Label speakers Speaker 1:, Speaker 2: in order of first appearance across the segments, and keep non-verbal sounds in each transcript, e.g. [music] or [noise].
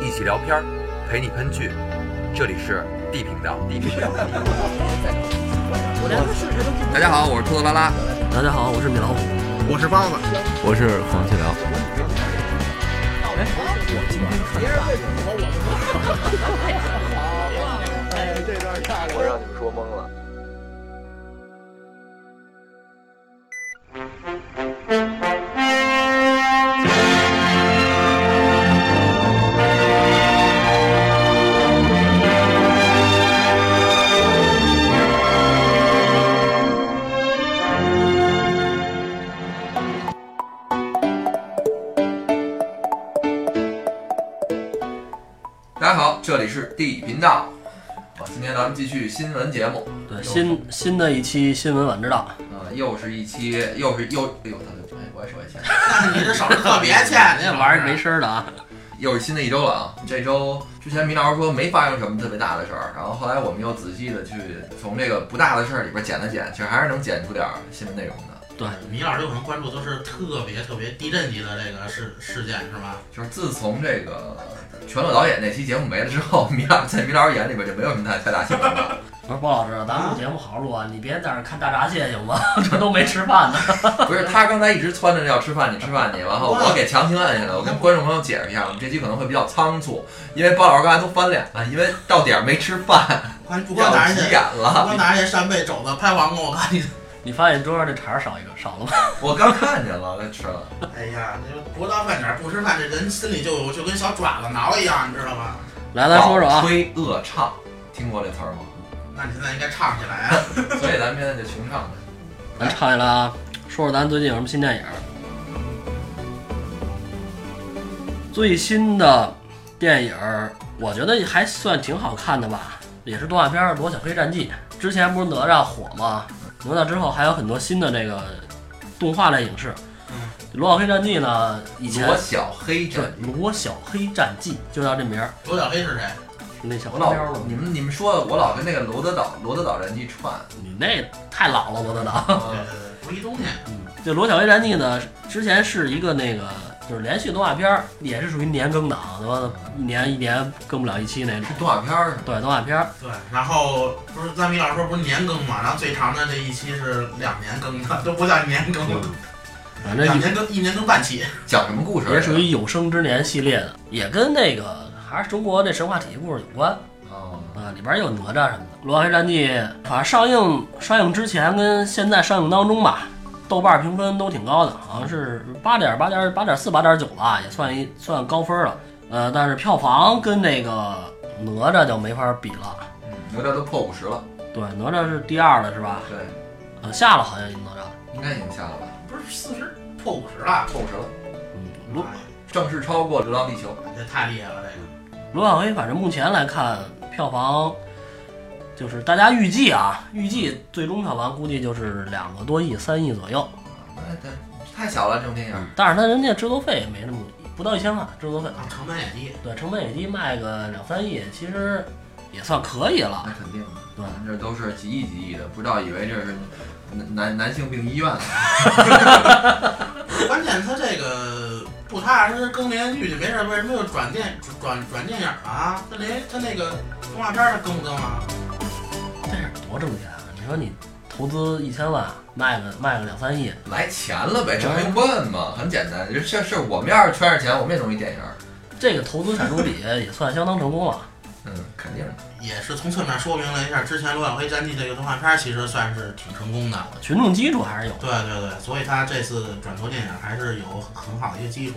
Speaker 1: 一起聊片儿，陪你喷剧，这里是 D 频道。D 频道。大家好，我是兔子拉拉。
Speaker 2: 大家好，我是米老虎。
Speaker 3: 我是包子，
Speaker 4: 我是黄继辽。
Speaker 1: 我让你们说懵了。大家好，这里是 D 频道。啊，今天咱们继续新闻节目。
Speaker 2: 对，新新的一期新闻晚知道，
Speaker 1: 啊，又是一期，又是又哎呦，他就哎，我也手也欠，
Speaker 3: 你这手是特别欠，
Speaker 2: [laughs] 那哎玩意儿没声儿的啊。
Speaker 1: 又是新的一周了啊。这周之前米老师说没发生什么特别大的事儿，然后后来我们又仔细的去从这个不大的事儿里边捡了捡，其实还是能捡出点儿新闻内容的。
Speaker 3: 米老师有可能关注都是特别特别地震级的这个事事件是吧？
Speaker 1: 就是自从这个全裸导演那期节目没了之后，米老在米老师眼里边就没有什么太太大新闻了。
Speaker 2: 我说包老师，咱们录节目好好录啊，你别在那儿看大闸蟹行吗？ [laughs] 这都没吃饭呢。
Speaker 1: 不是，他刚才一直撺着要吃饭去吃饭去，然后我给强行摁下来。我跟观众朋友解释一下，我们这期可能会比较仓促，因为包老师刚才都翻脸了，因为到点儿没吃饭，
Speaker 3: 我看你不光
Speaker 1: 要
Speaker 3: 拿人
Speaker 1: 急
Speaker 3: 家，
Speaker 1: 眼
Speaker 3: 不
Speaker 1: 了。
Speaker 3: 光拿人家扇贝肘子拍黄瓜，我 [laughs] 看你，
Speaker 2: 你发现桌上这茬儿少一个，少了吗？
Speaker 1: 我刚看见了，该吃了。
Speaker 3: 哎呀，这不到饭点儿不吃饭，这人心里就有就跟小爪子挠一样，你知道吗？
Speaker 2: 来，咱说说啊，
Speaker 1: 吹恶唱，听过这词儿吗？
Speaker 3: 那你现在应该唱起来啊！
Speaker 1: 所以咱们现在就穷唱呗。
Speaker 2: 咱唱下来啊，说说咱最近有什么新电影儿。最新的电影儿，我觉得还算挺好看的吧，也是动画片儿《罗小黑战记》。之前不是哪吒火吗？哪吒之后还有很多新的这个动画类影视。罗小黑战记呢，以前
Speaker 1: 嗯罗小黑
Speaker 2: 对
Speaker 1: 这，
Speaker 2: 罗小黑战记就叫这名儿，
Speaker 3: 罗小黑是谁？
Speaker 2: 那小
Speaker 1: 我
Speaker 2: 花
Speaker 1: 老
Speaker 2: 雕了。
Speaker 1: 你们你们说的，我老跟那个罗德岛罗德岛人一
Speaker 2: [laughs]
Speaker 1: 串。
Speaker 2: 你那太老了，罗德岛。
Speaker 3: 对
Speaker 1: 嗯
Speaker 3: 对对，不是呃一东西。
Speaker 2: 这《罗小黑战记》呢，之前是一个那个就是连续动画片儿，也是属于年更档，他妈的一年一年更不了一期那种
Speaker 1: 是。动画片儿是吗？
Speaker 2: 对，动画片儿，
Speaker 3: 对，然后不是咱米老师说不是年更嘛，然后最长的这一期是两年更的，都不叫年更
Speaker 2: 嗯
Speaker 3: 了，
Speaker 2: 反正
Speaker 3: 两
Speaker 2: 也
Speaker 3: 年更一年更半期。
Speaker 1: 讲什么故事？
Speaker 2: 也属于有生之年系列的，也跟那个还是中国那神话体系故事有关
Speaker 1: 哦，
Speaker 2: 啊，里边儿有哪吒什么的。《罗小黑战记》反正上映上映之前跟现在上映当中吧，豆瓣儿评分都挺高的，好像是八点八点八点四八点九吧，也算一算高分了。呃，但是票房跟那个哪吒就没法比了。
Speaker 1: 嗯哪吒都破五十了，
Speaker 2: 对，哪吒是第二了是吧？
Speaker 1: 对，
Speaker 2: 呃，下了好像哪吒。
Speaker 1: 应该已经下了吧？
Speaker 3: 不是四十破五十了，
Speaker 1: 破五十了，
Speaker 2: 嗯，罗
Speaker 3: 哎
Speaker 1: 正式超过《流浪地球》。
Speaker 3: 呀这太厉害了，这个。
Speaker 2: 罗小黑，反正目前来看，票房就是大家预计啊，预计最终票房估计就是两个多亿、三亿左右。
Speaker 1: 哎，对，太小了，这种电影。
Speaker 2: 但是他人家制作费也没那么不到一千万制作费，
Speaker 3: 啊，成本也低，
Speaker 2: 对，成本也低，卖个两三亿，其实也算可以了
Speaker 1: 那。肯定的，
Speaker 2: 对
Speaker 1: 咱们这都是几亿几亿的，不知道以为这是男男男性病医院呢。
Speaker 3: 关键他这个不踏实，更连续剧就没事儿，为什么又转电转转转电影了啊？他连他那个动画片儿他更不更啊？
Speaker 2: 这是多挣钱啊！你说你投资一千万，卖个卖个两三亿，
Speaker 1: 来钱了呗，这还用问吗？很简单，这这是我们要是圈着钱，我们也弄一电影。
Speaker 2: 这个投资产出比也算相当成功了。
Speaker 1: 嗯，肯定的。
Speaker 3: 也是从侧面说明了一下，之前《罗小黑战记》这个动画片儿其实算是挺成功的。
Speaker 2: 群众基础还是有。
Speaker 3: 对对对，所以他这次转投电影还是有很好的一个基础。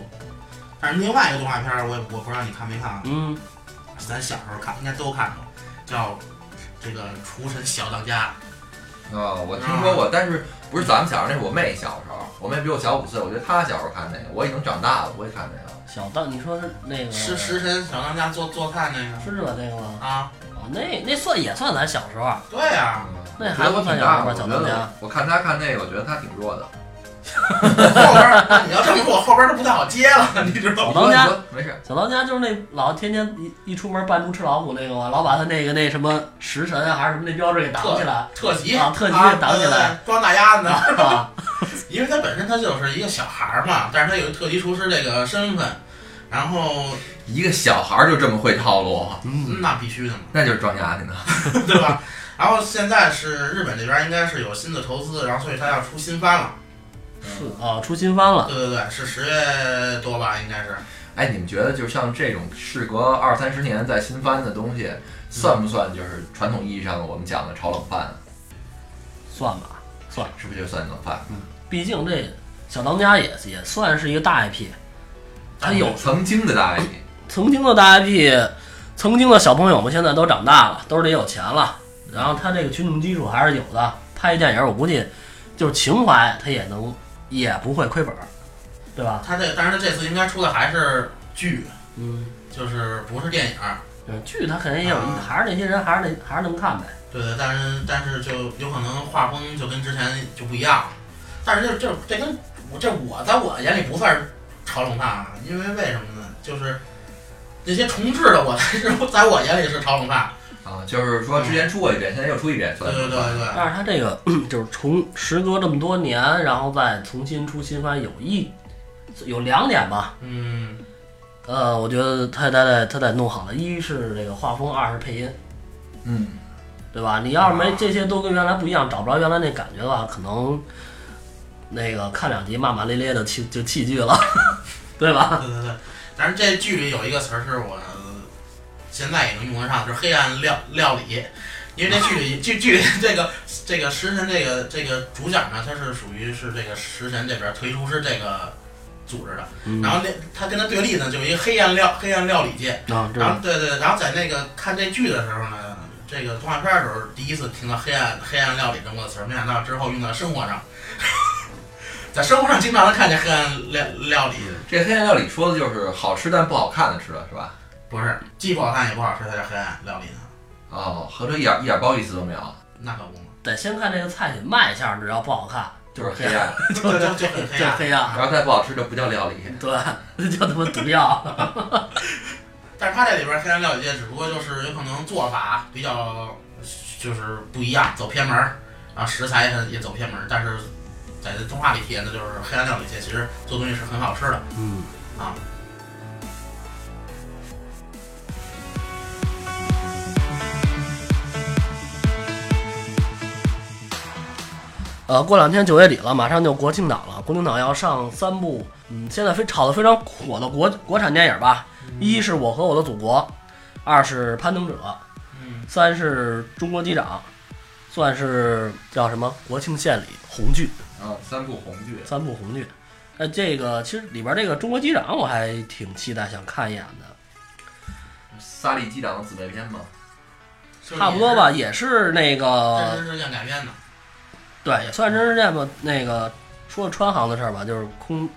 Speaker 3: 但是另外一个动画片儿，我也我不知道你看没看啊？
Speaker 2: 嗯，
Speaker 3: 咱小时候看，应该都看过，叫这个《厨神小当家
Speaker 1: 啊、我听说过，但是不是咱们小时候，那是我妹小时候，我妹比我小五岁，我觉得她小时候看那个，我已经长大了，不会看那个。
Speaker 2: 小当，你说是那》，个
Speaker 3: 吃食神小当家做做饭那个
Speaker 2: 是日本那个吗？
Speaker 3: 啊？
Speaker 2: 哦，那那算也算咱小时候啊，
Speaker 3: 对啊，
Speaker 2: 那
Speaker 1: 我觉
Speaker 2: 还
Speaker 1: 得
Speaker 2: 不
Speaker 1: 我
Speaker 2: 算
Speaker 1: 挺
Speaker 2: 小
Speaker 1: 大的，我觉
Speaker 2: 时候吧小当
Speaker 1: 得
Speaker 2: 家
Speaker 1: 我看她看那个，我觉得她挺弱的。
Speaker 3: 后边儿那你要这么说，我后边儿都不太好接了， [laughs] 你知
Speaker 2: 小
Speaker 3: 道吗？
Speaker 2: 当
Speaker 1: 你
Speaker 2: 家，
Speaker 1: 说没事，
Speaker 2: 小当家就是那老天天一一出门扮猪吃老虎那个嘛，老把他那个那什么食神啊还是什么那标志给挡起来
Speaker 3: 特级
Speaker 2: 啊特级
Speaker 3: 啊
Speaker 2: 挡起来
Speaker 3: 对对对装大鸭子呢，
Speaker 2: 啊，
Speaker 3: [laughs] 因为他本身他就是一个小孩儿嘛，但是他有特级厨师这个身份，然后
Speaker 1: 一个小孩儿就这么会套路，
Speaker 2: 嗯，
Speaker 3: 那必须的嘛，
Speaker 1: 那就是装丫去呢。
Speaker 3: 对吧？然后现在是日本这边应该是有新的投资，然后所以他要出新番了，
Speaker 2: 是啊，出新番了，
Speaker 3: 对对对，是十月多吧，应该是。
Speaker 1: 哎，你们觉得就像这种事隔二三十年再新翻的东西，算不算就是传统意义上的我们讲的炒冷饭？
Speaker 2: 算吧，
Speaker 1: 是不是就算冷饭？
Speaker 2: 毕竟这小当家也也算是一个大 IP，他哎有
Speaker 1: 曾经的大 IP，
Speaker 2: 曾经的大 IP，曾经的小朋友们现在都长大了，兜里有钱了，然后他这个群众基础还是有的。拍一电影，我估计就是情怀，他也能也不会亏本儿，对吧？
Speaker 3: 他这，但是他这次应该出的还是剧，
Speaker 2: 嗯，
Speaker 3: 就是不是电影儿。
Speaker 2: 剧他肯定也有意，还是那些人还是那还是能看呗。
Speaker 3: 对对，但是但是就有可能画风就跟之前就不一样了。但是这这这跟我这我在我眼里不算是炒冷饭啊，因为为什么呢？就是那些重置的我 [laughs] 才是在我眼里是炒冷饭。
Speaker 1: 啊，就是说之前出过一遍，现在又出一遍，
Speaker 3: 对
Speaker 1: 算
Speaker 3: 对
Speaker 1: 冷
Speaker 3: 对
Speaker 1: 饭。
Speaker 3: 对，
Speaker 2: 但是他这个 [clears throat] 就是重时隔这么多年，然后再重新出新番，有一有两点吧，
Speaker 3: 嗯，
Speaker 2: 呃，我觉得他他得他得弄好了，一是这个画风，二是配音，
Speaker 1: 嗯，
Speaker 2: 对吧？你要是没这些都跟原来不一样，找不着原来那感觉的话，可能那个看两集骂骂咧咧的弃就弃剧了， [laughs] 对吧？
Speaker 3: 对对对。但是这剧里有一个词儿是我现在也能用得上，就是黑暗料料理。因为这剧里剧剧里这个这个食神这个这个主角呢，他是属于是这个食神这边儿推出是这个组织的。
Speaker 2: 嗯
Speaker 3: 然后那他跟他对立呢，就是一个黑暗料黑暗料理界。
Speaker 2: 啊，这
Speaker 3: 然后对对，然后在那个看这剧的时候呢，这个动画片的时候第一次听到黑暗黑暗料理这么个词儿，没想到之后用到生活上， [laughs] 在生活上经常能看见黑暗料料理，
Speaker 1: 这黑暗料理说的就是好吃但不好看的吃的是吧？
Speaker 3: 不是既不好看也不好吃，它叫黑暗料理呢，
Speaker 1: 哦，合着一点一点褒义词都没有，
Speaker 3: 那可不 [laughs] 嘛，
Speaker 2: 得先看这个菜品卖相，只要不好看
Speaker 1: 就
Speaker 2: 就是是
Speaker 1: 黑
Speaker 2: 暗， [laughs]
Speaker 1: 暗，
Speaker 3: 就就就很黑
Speaker 2: 这
Speaker 3: 暗。
Speaker 2: 黑暗，
Speaker 1: 然后再不好吃就不叫料理。
Speaker 2: 对， [laughs] 这就他妈毒药。
Speaker 3: 但是它这里边黑暗料理界只不过就是有可能做法比较就是不一样，走偏门儿，然后食材也也走偏门儿，但是在这动画里体验的就是黑暗料理界其实做东西是很好吃的。
Speaker 2: 嗯
Speaker 3: 啊。
Speaker 2: 呃，过两天九月底了，马上就国庆档了。国庆档要上三部，嗯，现在非炒得非常火的国国产电影吧。一是《我和我的祖国》，二是《攀登者》，
Speaker 3: 嗯，
Speaker 2: 三是《中国机长》，算是叫什么国庆献礼红剧。
Speaker 1: 啊，三部红剧，
Speaker 2: 三部红剧。那这个其实里边这个《中国机长》我还挺期待，想看一眼的。
Speaker 1: 萨利机长的姊妹篇嘛，
Speaker 2: 差不多吧，，也是那
Speaker 3: 真
Speaker 2: 个
Speaker 3: 实事件改编的。
Speaker 2: 对，也算真实事件吧。那个说川航的事儿吧，就是空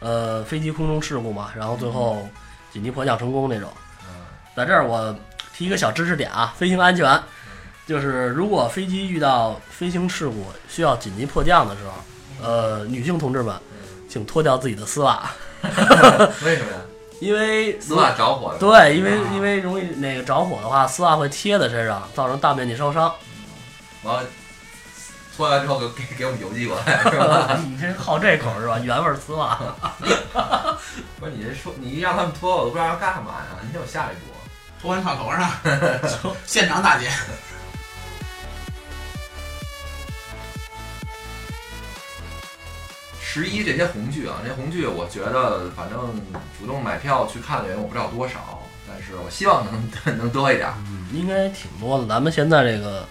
Speaker 2: 呃飞机空中事故嘛，然后最后紧急迫降成功那种。
Speaker 1: 嗯，
Speaker 2: 在这儿我提一个小知识点啊，飞行安全，就是如果飞机遇到飞行事故需要紧急迫降的时候，呃，女性同志们，请脱掉自己的丝袜，
Speaker 1: 嗯为什么 [laughs] 呀？
Speaker 2: 因为
Speaker 1: 丝袜着火了，
Speaker 2: 对，因为
Speaker 3: 啊
Speaker 2: 因为容易那个着火的话，丝袜会贴在身上，造成大面积烧伤。
Speaker 1: 完了，脱完之后给给给我们邮寄过来是吧？
Speaker 2: [laughs] 你这好这口是吧？原味丝袜。
Speaker 1: [laughs] 不是你这说你让他们脱，我都不知道要干嘛呀？你得有下一步。啊
Speaker 3: 脱完套头上，现场打劫。
Speaker 1: 十一这些红剧啊，这些红剧我觉得反正主动买票去看的人我不知道多少，但是我希望能 [laughs] 能多一点。
Speaker 2: 嗯，应该挺多的。咱们现在这个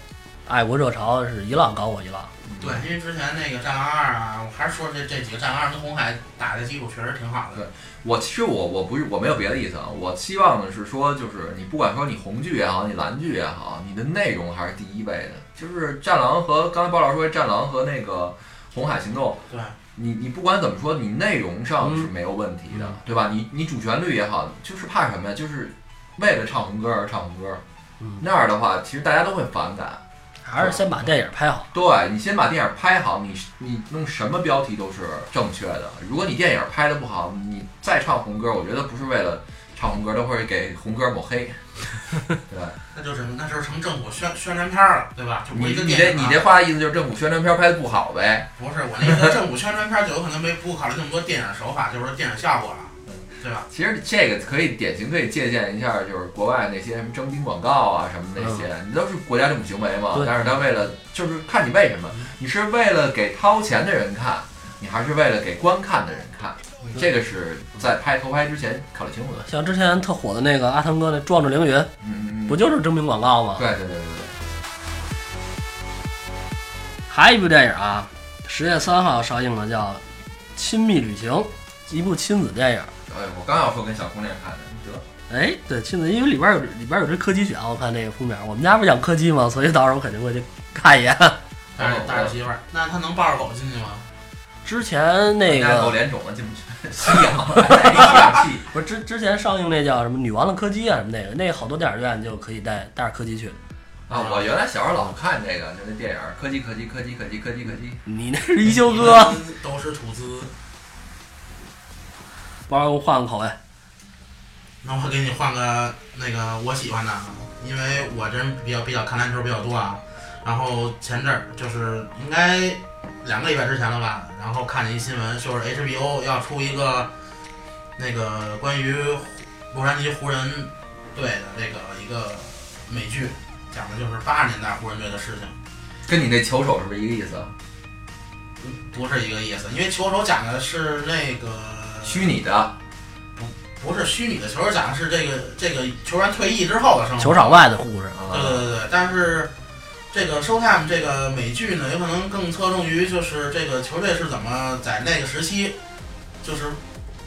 Speaker 2: 爱国热潮是一浪高过一浪。
Speaker 1: 嗯
Speaker 3: 对，因为之前那个《战狼二》啊，我还是说这这几个《战狼二》跟《红海》打的基础确实挺好的。
Speaker 1: 我其实我我不是我没有别的意思啊，我期望的是说，就是你不管说你红剧也好，你蓝剧也好，你的内容还是第一位的。就是《战狼》和刚才包老师说《战狼》和那个《红海行动》，
Speaker 3: 对，
Speaker 1: 你你不管怎么说，你内容上是没有问题的，
Speaker 2: 嗯
Speaker 1: 对吧？你你主旋律也好，就是怕什么呀？就是为了唱红歌而唱红歌，
Speaker 2: 嗯
Speaker 1: 那样的话，其实大家都会反感。
Speaker 2: 还是先把电影拍好。
Speaker 1: 对你先把电影拍好，你你弄什么标题都是正确的。如果你电影拍的不好，你再唱红歌，我觉得不是为了唱红歌都会给红歌抹黑。对，
Speaker 3: 那就是那就是成政府宣宣传片儿了，对吧？就我
Speaker 1: 你
Speaker 3: 一个
Speaker 1: 你这
Speaker 3: 电影
Speaker 1: 你
Speaker 3: 啊
Speaker 1: 这话意思就是政府宣传片拍的不好呗？
Speaker 3: 不是我那个政府宣传片儿就有可能没不考虑那么多电影手法，就是说电影效果了，对吧？
Speaker 1: 其实这个可以典型可以借鉴一下，就是国外那些什么征兵广告啊什么那些，
Speaker 3: 嗯
Speaker 1: 你都是国家政府行为嘛
Speaker 2: 对。
Speaker 1: 但是他为了就是看你为什么，
Speaker 3: 嗯
Speaker 1: 你是为了给掏钱的人看，你还是为了给观看的人看？这个是在拍投拍之前考虑清楚的。
Speaker 2: 像之前特火的那个阿汤哥那《壮志凌云》，
Speaker 1: 嗯，嗯
Speaker 2: 不就是征兵广告吗
Speaker 1: 嗯，？对对对对对，
Speaker 2: 还有一部电影啊，十月三号上映的叫《亲密旅行》，一部亲子电影。
Speaker 1: 哎，我刚要说跟小姑娘看的，得。
Speaker 2: 哎，对，亲子，因为里边有里边有只柯基犬，我看那个封面，我们家不养柯基吗？所以到时候我肯定会去看一眼。
Speaker 3: 但
Speaker 1: 哦
Speaker 3: 是但是媳妇儿，那他能抱着狗进去吗？
Speaker 2: 之前那
Speaker 1: 家狗
Speaker 2: 个
Speaker 1: 脸肿了进不去，吸氧，一氧气。
Speaker 2: 不是之之前上映那叫什么《女王的柯基》啊什么那个，那个好多电影院就可以带带着柯基去。
Speaker 1: 啊，
Speaker 2: [laughs]
Speaker 1: 我原来小时候老看这个，就那电影儿，柯基柯基柯基柯基柯基柯基，
Speaker 2: 你那是一休哥，
Speaker 3: 你们都是土资，
Speaker 2: 帮我换个口味。
Speaker 3: 那我给你换个那个我喜欢的，啊因为我这人比较比较看篮球比较多啊。然后前阵儿就是应该两个礼拜之前了吧，然后看见一新闻，说是 HBO 要出一个那个关于洛杉矶湖人队的这个一个美剧，讲的就是八十年代湖人队的事情。
Speaker 1: 跟你那球手是不是一个意思？
Speaker 3: 嗯不是一个意思，因为球手讲的是那个
Speaker 1: 虚拟的，啊
Speaker 3: 不是虚拟的球手讲的是这个这个球员退役之后的生活。
Speaker 2: 球场外的故事，
Speaker 3: 对对
Speaker 1: 啊，
Speaker 3: 对对，但是这个 Showtime 这个美剧呢，有可能更侧重于就是这个球队是怎么在那个时期就是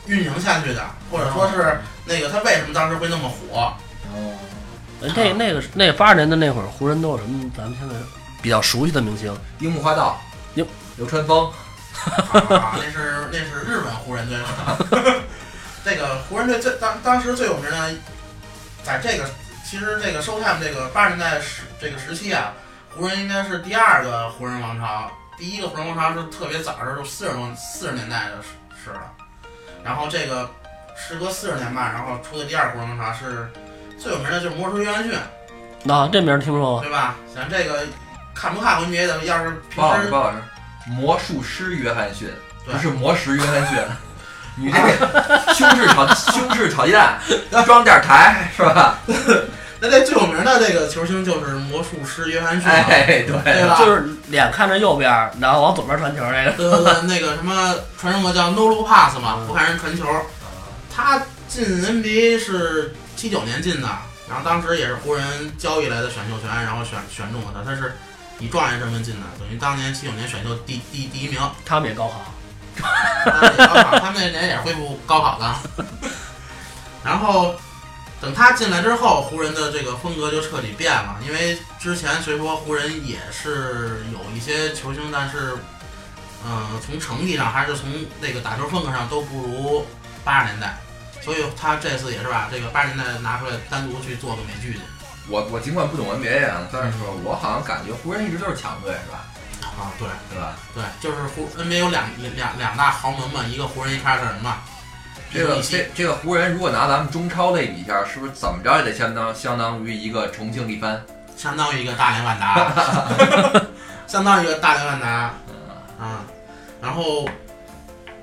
Speaker 3: 运营下去的，或者说是那个他为什么当时会那么火。
Speaker 1: 哦，
Speaker 2: 呃那那个那八十年的那会儿，湖人都有什么咱们现在比较熟悉的明星？
Speaker 1: 樱木花道，
Speaker 2: 樱
Speaker 1: 流川枫，
Speaker 3: 啊，那是那是日本湖人队。 [laughs] 这个湖人队最当当时最有名的，在这个其实这个 Showtime 这个八十年代时这个时期啊，湖人应该是第二个湖人王朝，第一个湖人王朝是特别早的时候，四十多四十年代的事事了。然后这个时隔四十年吧，然后出的第二个湖人王朝是最有名的就是魔术约翰逊，
Speaker 2: 那、这名儿听说过？
Speaker 3: 对吧？咱这个看不看 NBA 的，要是平
Speaker 1: 包老
Speaker 3: 时
Speaker 1: 师包老师，魔术师约翰逊，
Speaker 3: 对
Speaker 1: 不是魔石约翰逊，你这个西红柿炒西红柿炒鸡蛋，装点台是吧？
Speaker 3: 那这最有名的这个球星就是魔术师约翰逊啊，
Speaker 1: 哎，对，
Speaker 3: 对吧？
Speaker 2: 就是脸看着右边儿，哎然后往左边传球那个。
Speaker 3: [laughs] 呃，那个什么传说叫 no look pass 嘛
Speaker 2: 嗯，
Speaker 3: 不看人传球。他进 NBA 是七九年进的，然后当时也是湖人交易来的选秀权，然后选选中了他，他是以状元身份进的，等于当年七九年选秀第第第一名。
Speaker 2: 他们也高考，
Speaker 3: 他们也高考，他们那年也恢复高考的。然后等他进来之后，湖人的这个风格就彻底变了，因为之前虽说湖人也是有一些球星，但是，嗯、从成绩上还是从那个打球风格上都不如八十年代，所以他这次也是把这个八十年代拿出来单独去做个美剧去。
Speaker 1: 我我尽管不懂 NBA 啊，但是说我好像感觉湖人一直都是强队是吧？
Speaker 3: 啊，对
Speaker 1: 对吧？
Speaker 3: 对，就是湖 NBA 有两两两大豪门嘛，一个湖人，一个凯尔特人嘛。
Speaker 1: 这个
Speaker 3: 一起
Speaker 1: 这这个湖人，如果拿咱们中超类比一下，是不是怎么着也得相当相当于一个重庆力帆？
Speaker 3: 相当于一个大连万达，相当于一个大连万达，嗯，然后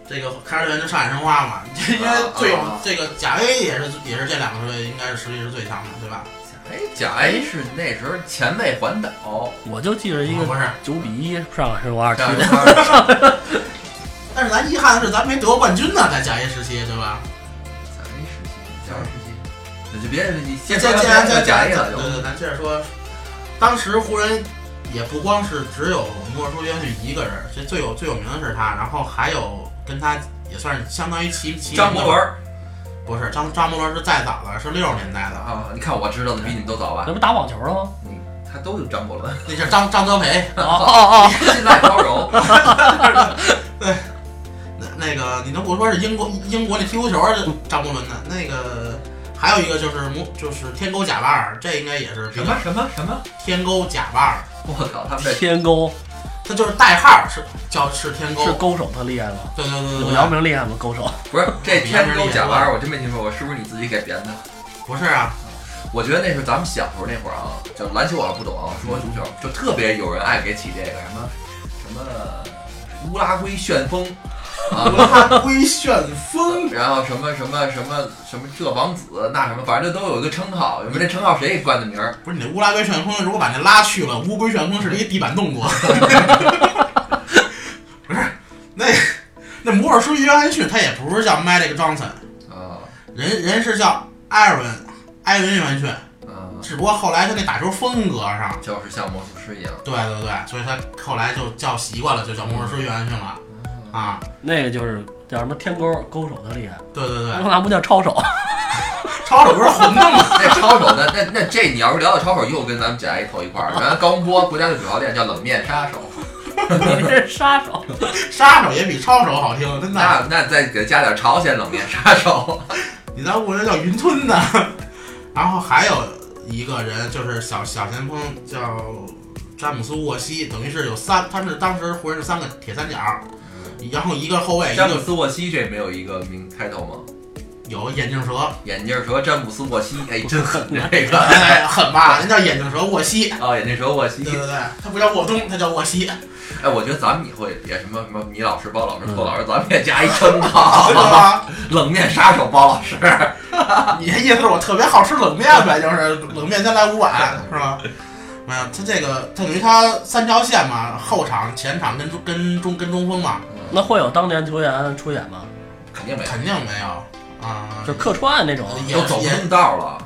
Speaker 3: 这个凯尔特人就上海申花嘛，因为最有
Speaker 1: 啊
Speaker 3: 这个贾威也是也是这两个队应该是实力是最强的，对吧？
Speaker 1: 哎，贾 A 是那时候前卫环岛，
Speaker 2: 我就记着一
Speaker 3: 哦不
Speaker 2: 个
Speaker 3: 是，
Speaker 2: 九比一上海申花踢
Speaker 1: 这样
Speaker 2: 的。
Speaker 1: 贾
Speaker 3: 但是咱遗憾的是咱没得过冠军呢，在贾威时期，对吧？
Speaker 1: A 时期， [laughs] 贾 A 时期，那就别你先
Speaker 3: 这这
Speaker 1: 说
Speaker 3: 这
Speaker 1: 别说
Speaker 3: 这
Speaker 1: 贾 A 了，
Speaker 3: 对
Speaker 1: 就
Speaker 3: 对，咱接着说，当时湖人也不光是只有莫舒约翰逊一个人，这最有最有名的是他，然后还有跟他也算是相当于齐齐名的
Speaker 1: 张伯伦儿
Speaker 3: 不是张张伯伦是再早的，是六十年代的，
Speaker 1: 啊，你看我知道的比你们都早吧
Speaker 2: 那？不打网球了吗？
Speaker 1: 你他都有张伯伦，
Speaker 3: 那是张张德培。
Speaker 2: 哦哦哦，
Speaker 1: 现在高柔，
Speaker 3: 那那个你都不说是英国英国那踢足球儿的张伯伦呢？那个还有一个就是摩就是天勾贾巴尔，这应该也是比
Speaker 1: [laughs] 什
Speaker 3: 较
Speaker 1: 么什么什么？
Speaker 3: 天勾贾巴尔，
Speaker 1: 我靠，他们这
Speaker 2: 天勾
Speaker 3: 他就是代号是叫是天
Speaker 2: 是
Speaker 3: 钩，
Speaker 2: 勾手特厉害吗？
Speaker 3: 对对对
Speaker 2: 有
Speaker 3: 对
Speaker 2: 姚
Speaker 3: 对，
Speaker 2: 明厉害吗？勾手，
Speaker 1: 不是这天勾假弯儿，我真没听哦说过，是不是你自己给编的？
Speaker 3: 不是啊，
Speaker 1: 我觉得那是咱们小时候那会儿啊，就篮球我还不懂啊，说足球
Speaker 3: 嗯
Speaker 1: 就特别有人爱给起这个什么什么乌拉圭旋风
Speaker 3: [laughs]
Speaker 1: 啊，
Speaker 3: 龟旋风
Speaker 1: 然后什么什么什么什么这王子那什么，反正都有一个称号，有没有这称号谁给冠的名儿？
Speaker 3: [laughs] 不是你那乌拉圭旋风，如果把那拉去了，乌龟旋风是一地板动作。 [laughs] 不是，那那摩尔叔约翰逊他也不是叫 Magic Johnson，
Speaker 1: 啊
Speaker 3: 人人是叫艾文艾文约翰逊，
Speaker 1: 啊，
Speaker 3: 只不过后来他那打球风格上，
Speaker 1: 就是像魔术师
Speaker 3: [laughs]
Speaker 1: 一样。
Speaker 3: 对对对，所以他后来就叫习惯了，就叫摩尔叔约翰逊了
Speaker 1: 嗯
Speaker 3: 啊。
Speaker 2: 那个就是叫什么天勾勾手特厉害，
Speaker 3: 对对对，
Speaker 2: 为啥不叫
Speaker 3: [laughs]
Speaker 2: 抄手？
Speaker 3: 抄手不是混动吗？ [laughs]
Speaker 1: 那抄手那那那这你要是聊到抄手，又跟咱们夹一头一
Speaker 3: [laughs]
Speaker 1: 块儿。原来高洪波国家队主教练叫冷面杀手，
Speaker 2: 你这是杀手，
Speaker 3: 杀手也比抄手好听，真的。
Speaker 1: 那那再给他加点朝鲜冷面杀
Speaker 3: [laughs]
Speaker 1: 手。
Speaker 3: 你在误人叫云吞呢。 [laughs] 然后还有一个人就是小小前锋叫詹姆斯沃西，等于是有三，他是当时湖人是三个铁三角，然后一个后卫，一
Speaker 1: 詹姆
Speaker 3: 个
Speaker 1: 斯沃西这没有一个名 title 吗？
Speaker 3: 有眼镜蛇， [laughs]
Speaker 1: 眼镜蛇詹姆斯沃西，哎，真狠这个啊、
Speaker 3: 哎，狠吧？人叫眼镜蛇沃西，
Speaker 1: 哦眼镜蛇沃西
Speaker 3: 对。对对，他不叫沃东，他叫沃西。
Speaker 1: 哎，我觉得咱们以后也别什么什么米老师、包老师、寇老师，咱们也加一称号
Speaker 3: 对，吧？
Speaker 1: [laughs] 冷面杀手包老师。
Speaker 3: 你这意思是我特别好吃冷面呗，就是冷面先来五碗，是吧？没有，他这个他等于他三条线嘛，后场、前场跟中跟中跟中锋嘛，
Speaker 2: 那会有当年球员出演吗？
Speaker 3: 啊
Speaker 1: 肯定没有，
Speaker 3: 肯定没有啊，
Speaker 2: 就客串那种，
Speaker 3: 也
Speaker 1: 都走不
Speaker 3: 也
Speaker 1: 动道了。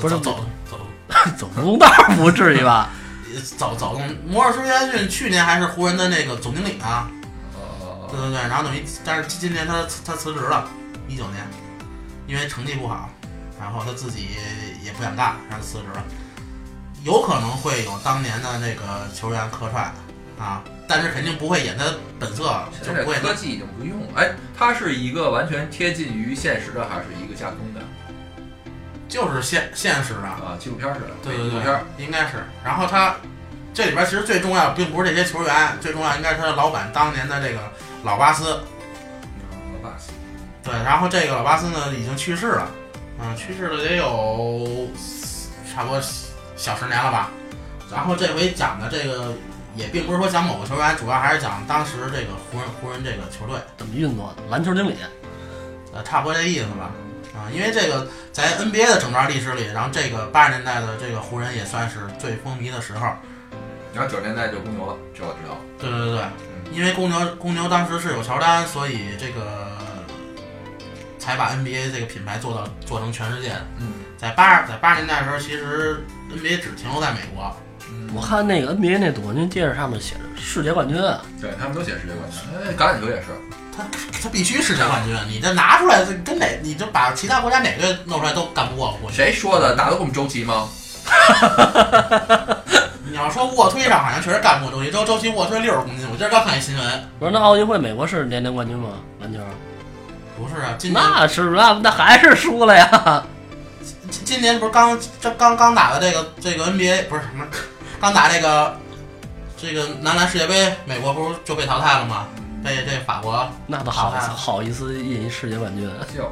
Speaker 2: 不是
Speaker 3: 走走
Speaker 2: 走不动道儿不至于吧？
Speaker 3: 走走动。摩尔舒约翰逊去年还是湖人的那个总经理呢，对
Speaker 1: 哦
Speaker 3: 对对，然后等于但是今年他他辞职了，一九年，因为成绩不好，然后他自己也不想干，然后辞职了。有可能会有当年的那个球员客串啊，但是肯定不会演他本色，就
Speaker 1: 呃现在
Speaker 3: 不会
Speaker 1: 科技已经不用了。哎，它是一个完全贴近于现实的，还是一个架空的
Speaker 3: 就是现现实的。
Speaker 1: 啊？纪录片似的，
Speaker 3: 对
Speaker 1: 纪
Speaker 3: 对
Speaker 1: 录
Speaker 3: 对
Speaker 1: 片儿。，
Speaker 3: 应该是。然后他这里边其实最重要，并不是这些球员，最重要应该是他的老板当年的这个老巴斯。
Speaker 1: 嗯巴西
Speaker 3: 对，然后这个老巴斯呢已经去世了，嗯，去世了得有差不多小十年了吧。然后这回讲的这个也并不是说讲某个球员，主要还是讲当时这个湖人湖人这个球队，
Speaker 2: 怎么运作的？篮球经理，
Speaker 3: 呃，差不多这意思吧。啊，因为这个在 NBA 的整段历史里，然后这个八十年代的这个湖人也算是最风靡的时候。
Speaker 1: 然后九十年代就公牛了，这我知道。
Speaker 3: 对对对，因为公牛公牛当时是有乔丹，所以这个才把 NBA 这个品牌做到做成全世界的。
Speaker 1: 嗯
Speaker 3: 在八在八十年代的时候，其实 NBA 只停留在美国，
Speaker 1: 嗯
Speaker 2: 我看那个 NBA 那总冠军戒指上面写着世界冠军，啊
Speaker 1: 对他们都写世界冠军，哎，橄榄球也是。
Speaker 3: 它必须世界冠军。你这拿出来跟哪，你就把其他国家哪队弄出来都干不过我。
Speaker 1: 谁说的？打得过我们周琦吗？
Speaker 3: 你要说卧推上，好像确实干不过周琦，周周琦卧推六十公斤。我今儿刚看一新闻，
Speaker 2: 我说那奥运会美国是年年冠军吗？篮球？
Speaker 3: 不是啊，今年
Speaker 2: 那是那那还是输了呀？
Speaker 3: 今今年不是刚这刚刚打的这个这个 NBA 不是什么，刚打这个这个男篮世界杯，美国不是就被淘汰了吗？被这法国，
Speaker 2: 那都好意思
Speaker 3: 好啊
Speaker 2: 好意思印一世界冠军？
Speaker 3: 呃
Speaker 1: 就是，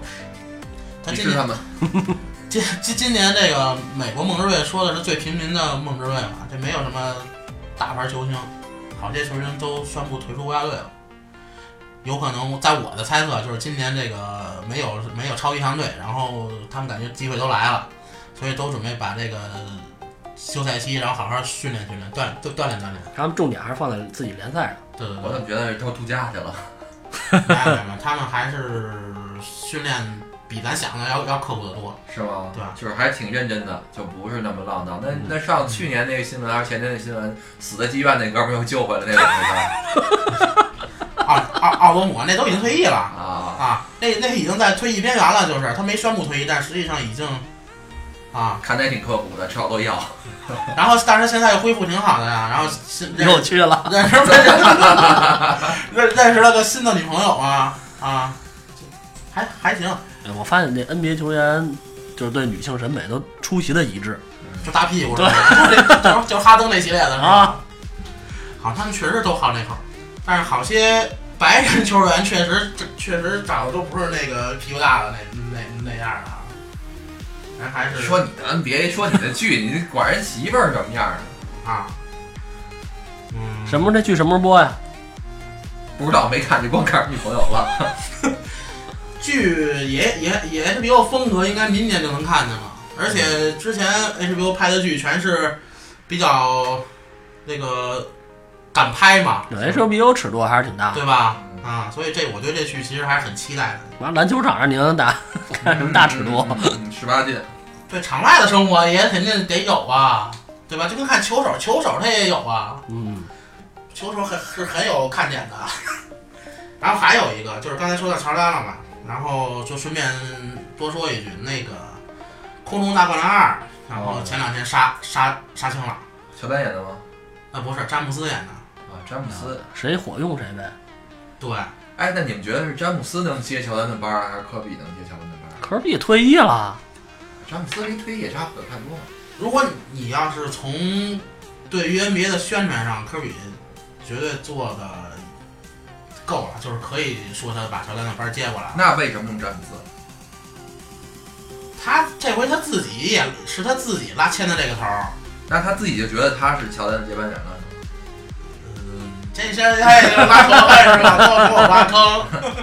Speaker 3: 他
Speaker 1: 你
Speaker 3: 今
Speaker 1: 是
Speaker 3: 年
Speaker 1: 他们。
Speaker 3: 今今今年这个美国梦之队说的是最平民的梦之队嘛，这没有什么大牌球星，好些球星都宣布退出国家队了。有可能在我的猜测就是今年这个没有没有超级强队，然后他们感觉机会都来了，所以都准备把这个休赛期，然后好好训练训练，锻锻锻炼锻炼。
Speaker 2: 他们重点还是放在自己联赛上，
Speaker 3: 对对
Speaker 1: 我
Speaker 3: 对
Speaker 1: 怎么觉得都度假去了？，
Speaker 3: 没有没有没有他们还是训练比咱想的要要刻苦得多。
Speaker 1: 是吗？
Speaker 3: 对啊嗯
Speaker 1: 就是还挺认真的，就不是那么浪荡。那那上去年那个新闻还是前年那新闻，死在妓院那哥们儿又救回来那个是
Speaker 3: 奥奥奥多姆那都已经退役了
Speaker 1: 吧。啊，
Speaker 3: 啊，那那已经在退役边缘了，就是他没宣布退役，但实际上已经啊，
Speaker 1: 看的也挺刻苦的，吃好多药。
Speaker 3: 然后但是现在又恢复挺好的呀，然后新认
Speaker 2: 又去了。
Speaker 3: 认识认认识了 [laughs] 个新的女朋友啊啊，还还行，
Speaker 2: 哎我发现这 NBA 球员就是对女性审美都出奇的一致
Speaker 3: 就大屁股是吧？就是就是哈登那系列的是吧？
Speaker 2: 啊！
Speaker 3: 好，他们确实都好那口，但是好些白人球员确实确实长得都不是那个屁股大的那那那样的啊，咱还是
Speaker 1: 说你的 NBA，说你的剧，你管人媳妇儿什么样儿呢？
Speaker 3: 啊，嗯，
Speaker 2: 什么时候这剧什么时候播呀？
Speaker 1: 不知道没看，就光看着女朋友
Speaker 3: [laughs]
Speaker 1: 了。
Speaker 3: 剧也也也 HBO 风格应该明年就能看见了，而且之前 HBO 拍的剧全是比较那个敢拍嘛，
Speaker 2: 有 HBO 尺度还是挺大的。
Speaker 3: 对吧？啊，所以这我对这剧其实还是很期待的。
Speaker 2: 完篮球场上你能打 [laughs] 看什么大尺度？
Speaker 1: 嗯十八禁，
Speaker 3: 对场外的生活也肯定得有啊，对吧？就跟看球手，球手他也有啊，
Speaker 2: 嗯，
Speaker 3: 球手很是很有看点的。啊 [laughs] 然后还有一个就是刚才说到乔丹了嘛，然后就顺便多说一句，那个《空中大灌篮二》，然后前两天杀杀杀青了，
Speaker 1: 乔丹演的吗？
Speaker 3: 呃，不是詹姆斯演的，
Speaker 1: 啊，詹姆
Speaker 3: 嗯
Speaker 1: 斯。
Speaker 2: 谁火用谁呗。
Speaker 3: 对，
Speaker 1: 哎，那你们觉得是詹姆斯能接乔丹的班儿，还是科比能接乔丹的班儿？
Speaker 2: 科比退役了，
Speaker 1: 詹姆斯离退役也差不了太多。
Speaker 3: 如果你要是从对于 NBA 的宣传上，科比绝对做的够了，就是可以说他把乔丹的班接过来。
Speaker 1: 那为什么用詹姆斯？
Speaker 3: 他这回他自己也是他自己拉牵的这个头儿，
Speaker 1: 那他自己就觉得他是乔丹的接班人了。
Speaker 3: 嗯，这是他也就是拉仇恨是吧？都给我挖坑。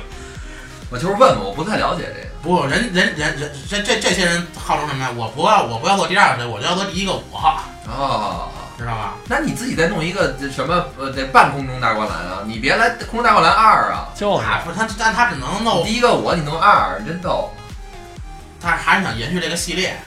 Speaker 1: 我就是问问，我不太了解这个。
Speaker 3: 不，人人人人这这这些人号称什么呀？我不要我不要做第二个谁，我就要做第一个我，
Speaker 1: 哦，
Speaker 3: 知道吧？
Speaker 1: 那你自己再弄一个这什么呃，这半空中大灌篮啊？你别来空中大灌篮二啊！
Speaker 2: 就是
Speaker 3: 啊，不是他，但他只能弄，
Speaker 1: 第一个我，你弄二，真逗。
Speaker 3: 他还是想延续这个系列。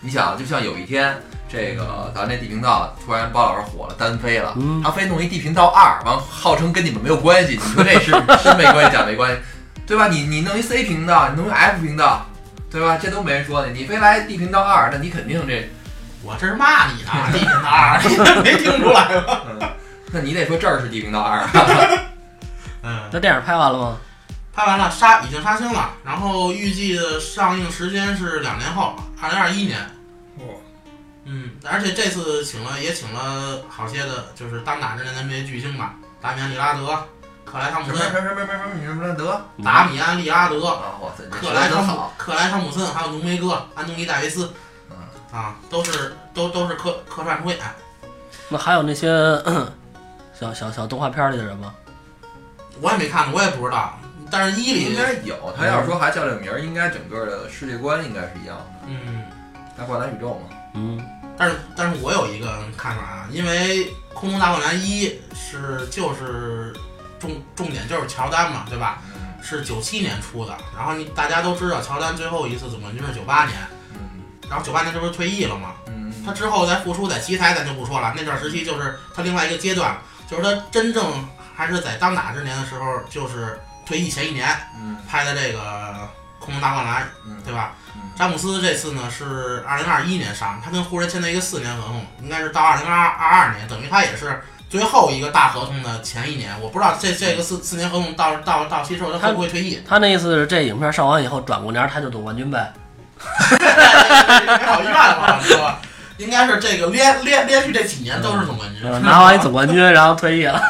Speaker 1: 你想，就像有一天这个咱这地频道突然包老师火了，单飞了，
Speaker 2: 嗯
Speaker 1: 他非弄一地频道二，完号称跟你们没有关系，你说这是真没关系，假没关系，对吧？你你弄一 C 频道，你弄一 F 频道，对吧？这都没人说你，你非来地频道二，那你肯定这，
Speaker 3: 我这是骂你呢，你呢二， [laughs] 你没听出来吗？
Speaker 1: 那你得说这儿是地频道二啊。
Speaker 3: 嗯，
Speaker 2: 这电影拍完了吗？
Speaker 3: 拍完了杀已经杀青了，然后预计的上映时间是两年后，二零二一年。嗯，而且这次请了也请了好些的，就是当打之年的 NBA 巨星吧，达米安·利拉德、克莱·汤
Speaker 1: 什
Speaker 3: 普
Speaker 1: 么嗯什
Speaker 3: 森、
Speaker 1: 么什么什么什么得啊！
Speaker 3: 达米安·利拉德、
Speaker 1: 哇塞，这
Speaker 3: 克
Speaker 1: 说
Speaker 3: 莱·
Speaker 1: 的真
Speaker 3: 汤普
Speaker 1: 好。、
Speaker 3: 克莱·汤普森，还有浓眉哥安东尼·戴维斯，
Speaker 1: 嗯
Speaker 3: 啊，都是都都是客客串哎出演。
Speaker 2: 那还有那些 [clears throat] 咳小小小动画片里的人吗？
Speaker 3: 我也没看过，我也不知道，但是一
Speaker 1: 应
Speaker 3: 里，
Speaker 1: 该有，他要是说还叫这个名儿，应该整个的世界观应该是一样的。
Speaker 3: 嗯。
Speaker 1: 大灌篮宇宙嘛，
Speaker 2: 嗯，
Speaker 3: 但是但是我有一个看法啊，因为《空中大灌篮一》是就是重重点就是乔丹嘛，对吧？
Speaker 1: 嗯
Speaker 3: 是九七年出的，然后你大家都知道乔丹最后一次总冠军是九八年，
Speaker 1: 嗯
Speaker 3: 然后九八年这不是退役了吗？他
Speaker 1: 嗯，
Speaker 3: 之后再复出在奇才咱就不说了，那段时期就是他另外一个阶段，就是他真正还是在当打之年的时候，就是退役前一年
Speaker 1: 嗯
Speaker 3: 拍的这个《空中大灌篮》，
Speaker 1: 嗯
Speaker 3: 对吧？
Speaker 1: 嗯
Speaker 3: 詹姆斯这次呢是二零二一年上，他跟湖人签了一个四年合同，应该是到二零二二年，等于他也是最后一个大合同的前一年。我不知道这这个四四年合同到到到期之后他会不会退役，
Speaker 2: 他那意思是这影片上完以后，转过年他就总冠军呗。
Speaker 3: [laughs] 还好一万吧，是吧？应该是这个连连连续这几年都是总冠军，
Speaker 2: 嗯拿完一总冠军，然后退役了。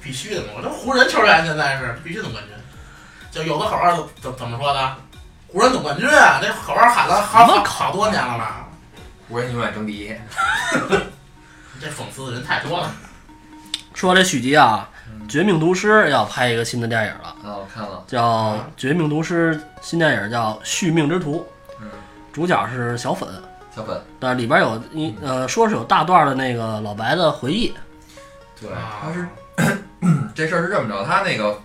Speaker 3: 必须的嘛。我这湖人球员现在是必须总冠军，就有个口号怎怎么说的？湖人总冠军啊，这口号喊了好好好多年了
Speaker 1: 啊
Speaker 3: 吧？
Speaker 1: 湖人永远争第一。
Speaker 3: 这讽刺的人太多了。
Speaker 2: 说这续集啊，
Speaker 1: 嗯
Speaker 2: 《绝命毒师》要拍一个新的电影了，
Speaker 1: 啊，我看了，
Speaker 2: 叫《绝命毒师》，新电影叫《续命之徒》，
Speaker 1: 嗯，
Speaker 2: 主角是小粉，
Speaker 1: 小本，
Speaker 2: 但是里边有一呃，说是有大段的那个老白的回忆，
Speaker 1: 对，
Speaker 3: 啊
Speaker 1: 他是这事儿是这么着，他那个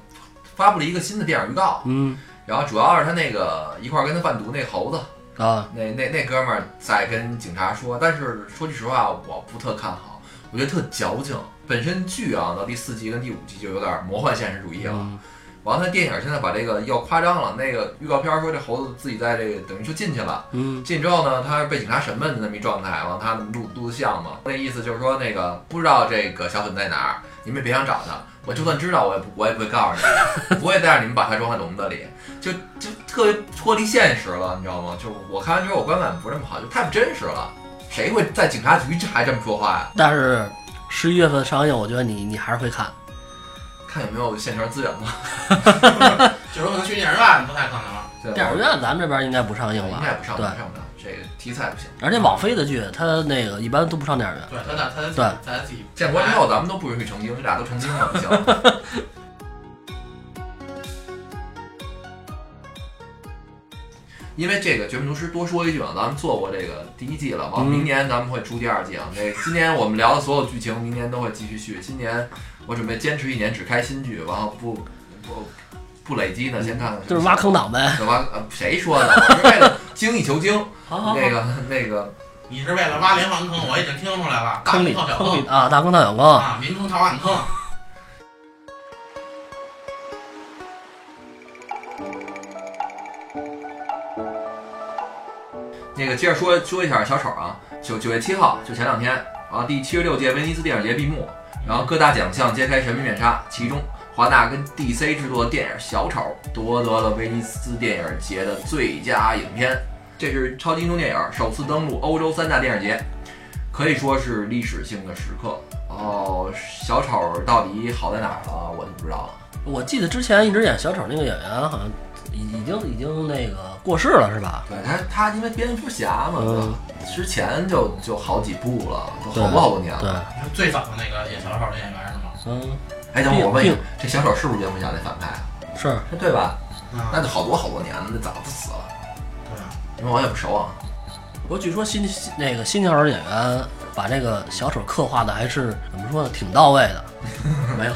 Speaker 1: 发布了一个新的电影预告，
Speaker 2: 嗯
Speaker 1: 然后主要是他那个一块儿跟他贩毒那猴子，
Speaker 2: 啊，
Speaker 1: 那那那哥们儿在跟警察说，但是说句实话，我不特看好，我觉得特矫情。本身剧啊，到第四集跟第五集就有点魔幻现实主义了。
Speaker 2: 嗯
Speaker 1: 完了，他电影现在把这个要夸张了。那个预告片说这猴子自己在这个等于说进去了，
Speaker 2: 嗯
Speaker 1: 进之后呢，他是被警察审问的那么一状态，完了他录录的像嘛，那意思就是说那个不知道这个小粉在哪儿，你们也别想找他，我就算知道我也不我也不会告诉你 [laughs] 们，不会再让你们把他装在笼子里，就就特别脱离现实了，你知道吗？就我看完之后我观感不是那么好，就太不真实了，谁会在警察局这还这么说话呀？
Speaker 2: 但是十一月份上映，我觉得你你还是会看。
Speaker 1: 看有没有现成资源吧。
Speaker 3: 就是可能去电影院不太可能了。
Speaker 1: 对
Speaker 2: 电影院咱们这边应该不上映
Speaker 1: 应
Speaker 2: 了
Speaker 1: 该不上，不
Speaker 2: 对，
Speaker 1: 上不了，这个题材不行。
Speaker 2: 而且网飞的剧，它那个一般都不上电影院。
Speaker 3: 对，他得他得
Speaker 2: 对
Speaker 3: 他得自己
Speaker 1: 建国之后，咱们都不允许成精，这俩都成精了， [laughs] 不行。因为这个《绝命毒师》，多说一句啊，咱们做过这个第一季了，往
Speaker 2: 嗯
Speaker 1: 明年咱们会出第二季啊。这今年我们聊的所有剧情，明年都会继续续。今年我准备坚持一年只开新剧，然后不不不累积呢，先看看什么
Speaker 2: 就是挖坑党 [laughs] 呗。
Speaker 1: 对吧？呃谁说的？我是为了精益求精。
Speaker 2: 好好好
Speaker 1: 那，个那个，
Speaker 3: 你是为了挖连环坑，我已经听出来了，大
Speaker 2: 坑里
Speaker 3: 套小
Speaker 2: 坑里啊，大坑大小坑。
Speaker 3: 啊，民坑逃暗坑。
Speaker 1: 那个接着说说一下小丑啊，九九月七号就前两天，然后第七十六届威尼斯电影节闭幕，然后各大奖项揭开神秘面纱，其中华纳跟 DC 制作的电影《小丑》夺得了威尼斯电影节的最佳影片，这是超级英雄电影首次登陆欧洲三大电影节，可以说是历史性的时刻。哦，小丑到底好在哪儿了？我就不知道了。
Speaker 2: 我记得之前一直演小丑那个演员，好像已已经已经那个过世了，是吧？
Speaker 1: 对他，他因为蝙蝠侠嘛，
Speaker 2: 嗯
Speaker 1: 对吧之前就就好几部了，都
Speaker 2: 对
Speaker 1: 好多好多年了。
Speaker 2: 对，啊
Speaker 3: 最早的那个演小丑的演员是吗？
Speaker 2: 嗯，
Speaker 1: 哎，等会儿我问一下
Speaker 2: 并，
Speaker 1: 这小丑是不是蝙蝠侠那反派啊？
Speaker 2: 是
Speaker 1: 对吧？那
Speaker 3: 啊，
Speaker 1: 就好多好多年了，那早就死了，
Speaker 3: 对啊，
Speaker 1: 因为我也不熟 [laughs] 啊。
Speaker 2: 不过据说新新那个新小丑演员把这个小丑刻画的还是怎么说呢，挺到位的。没有，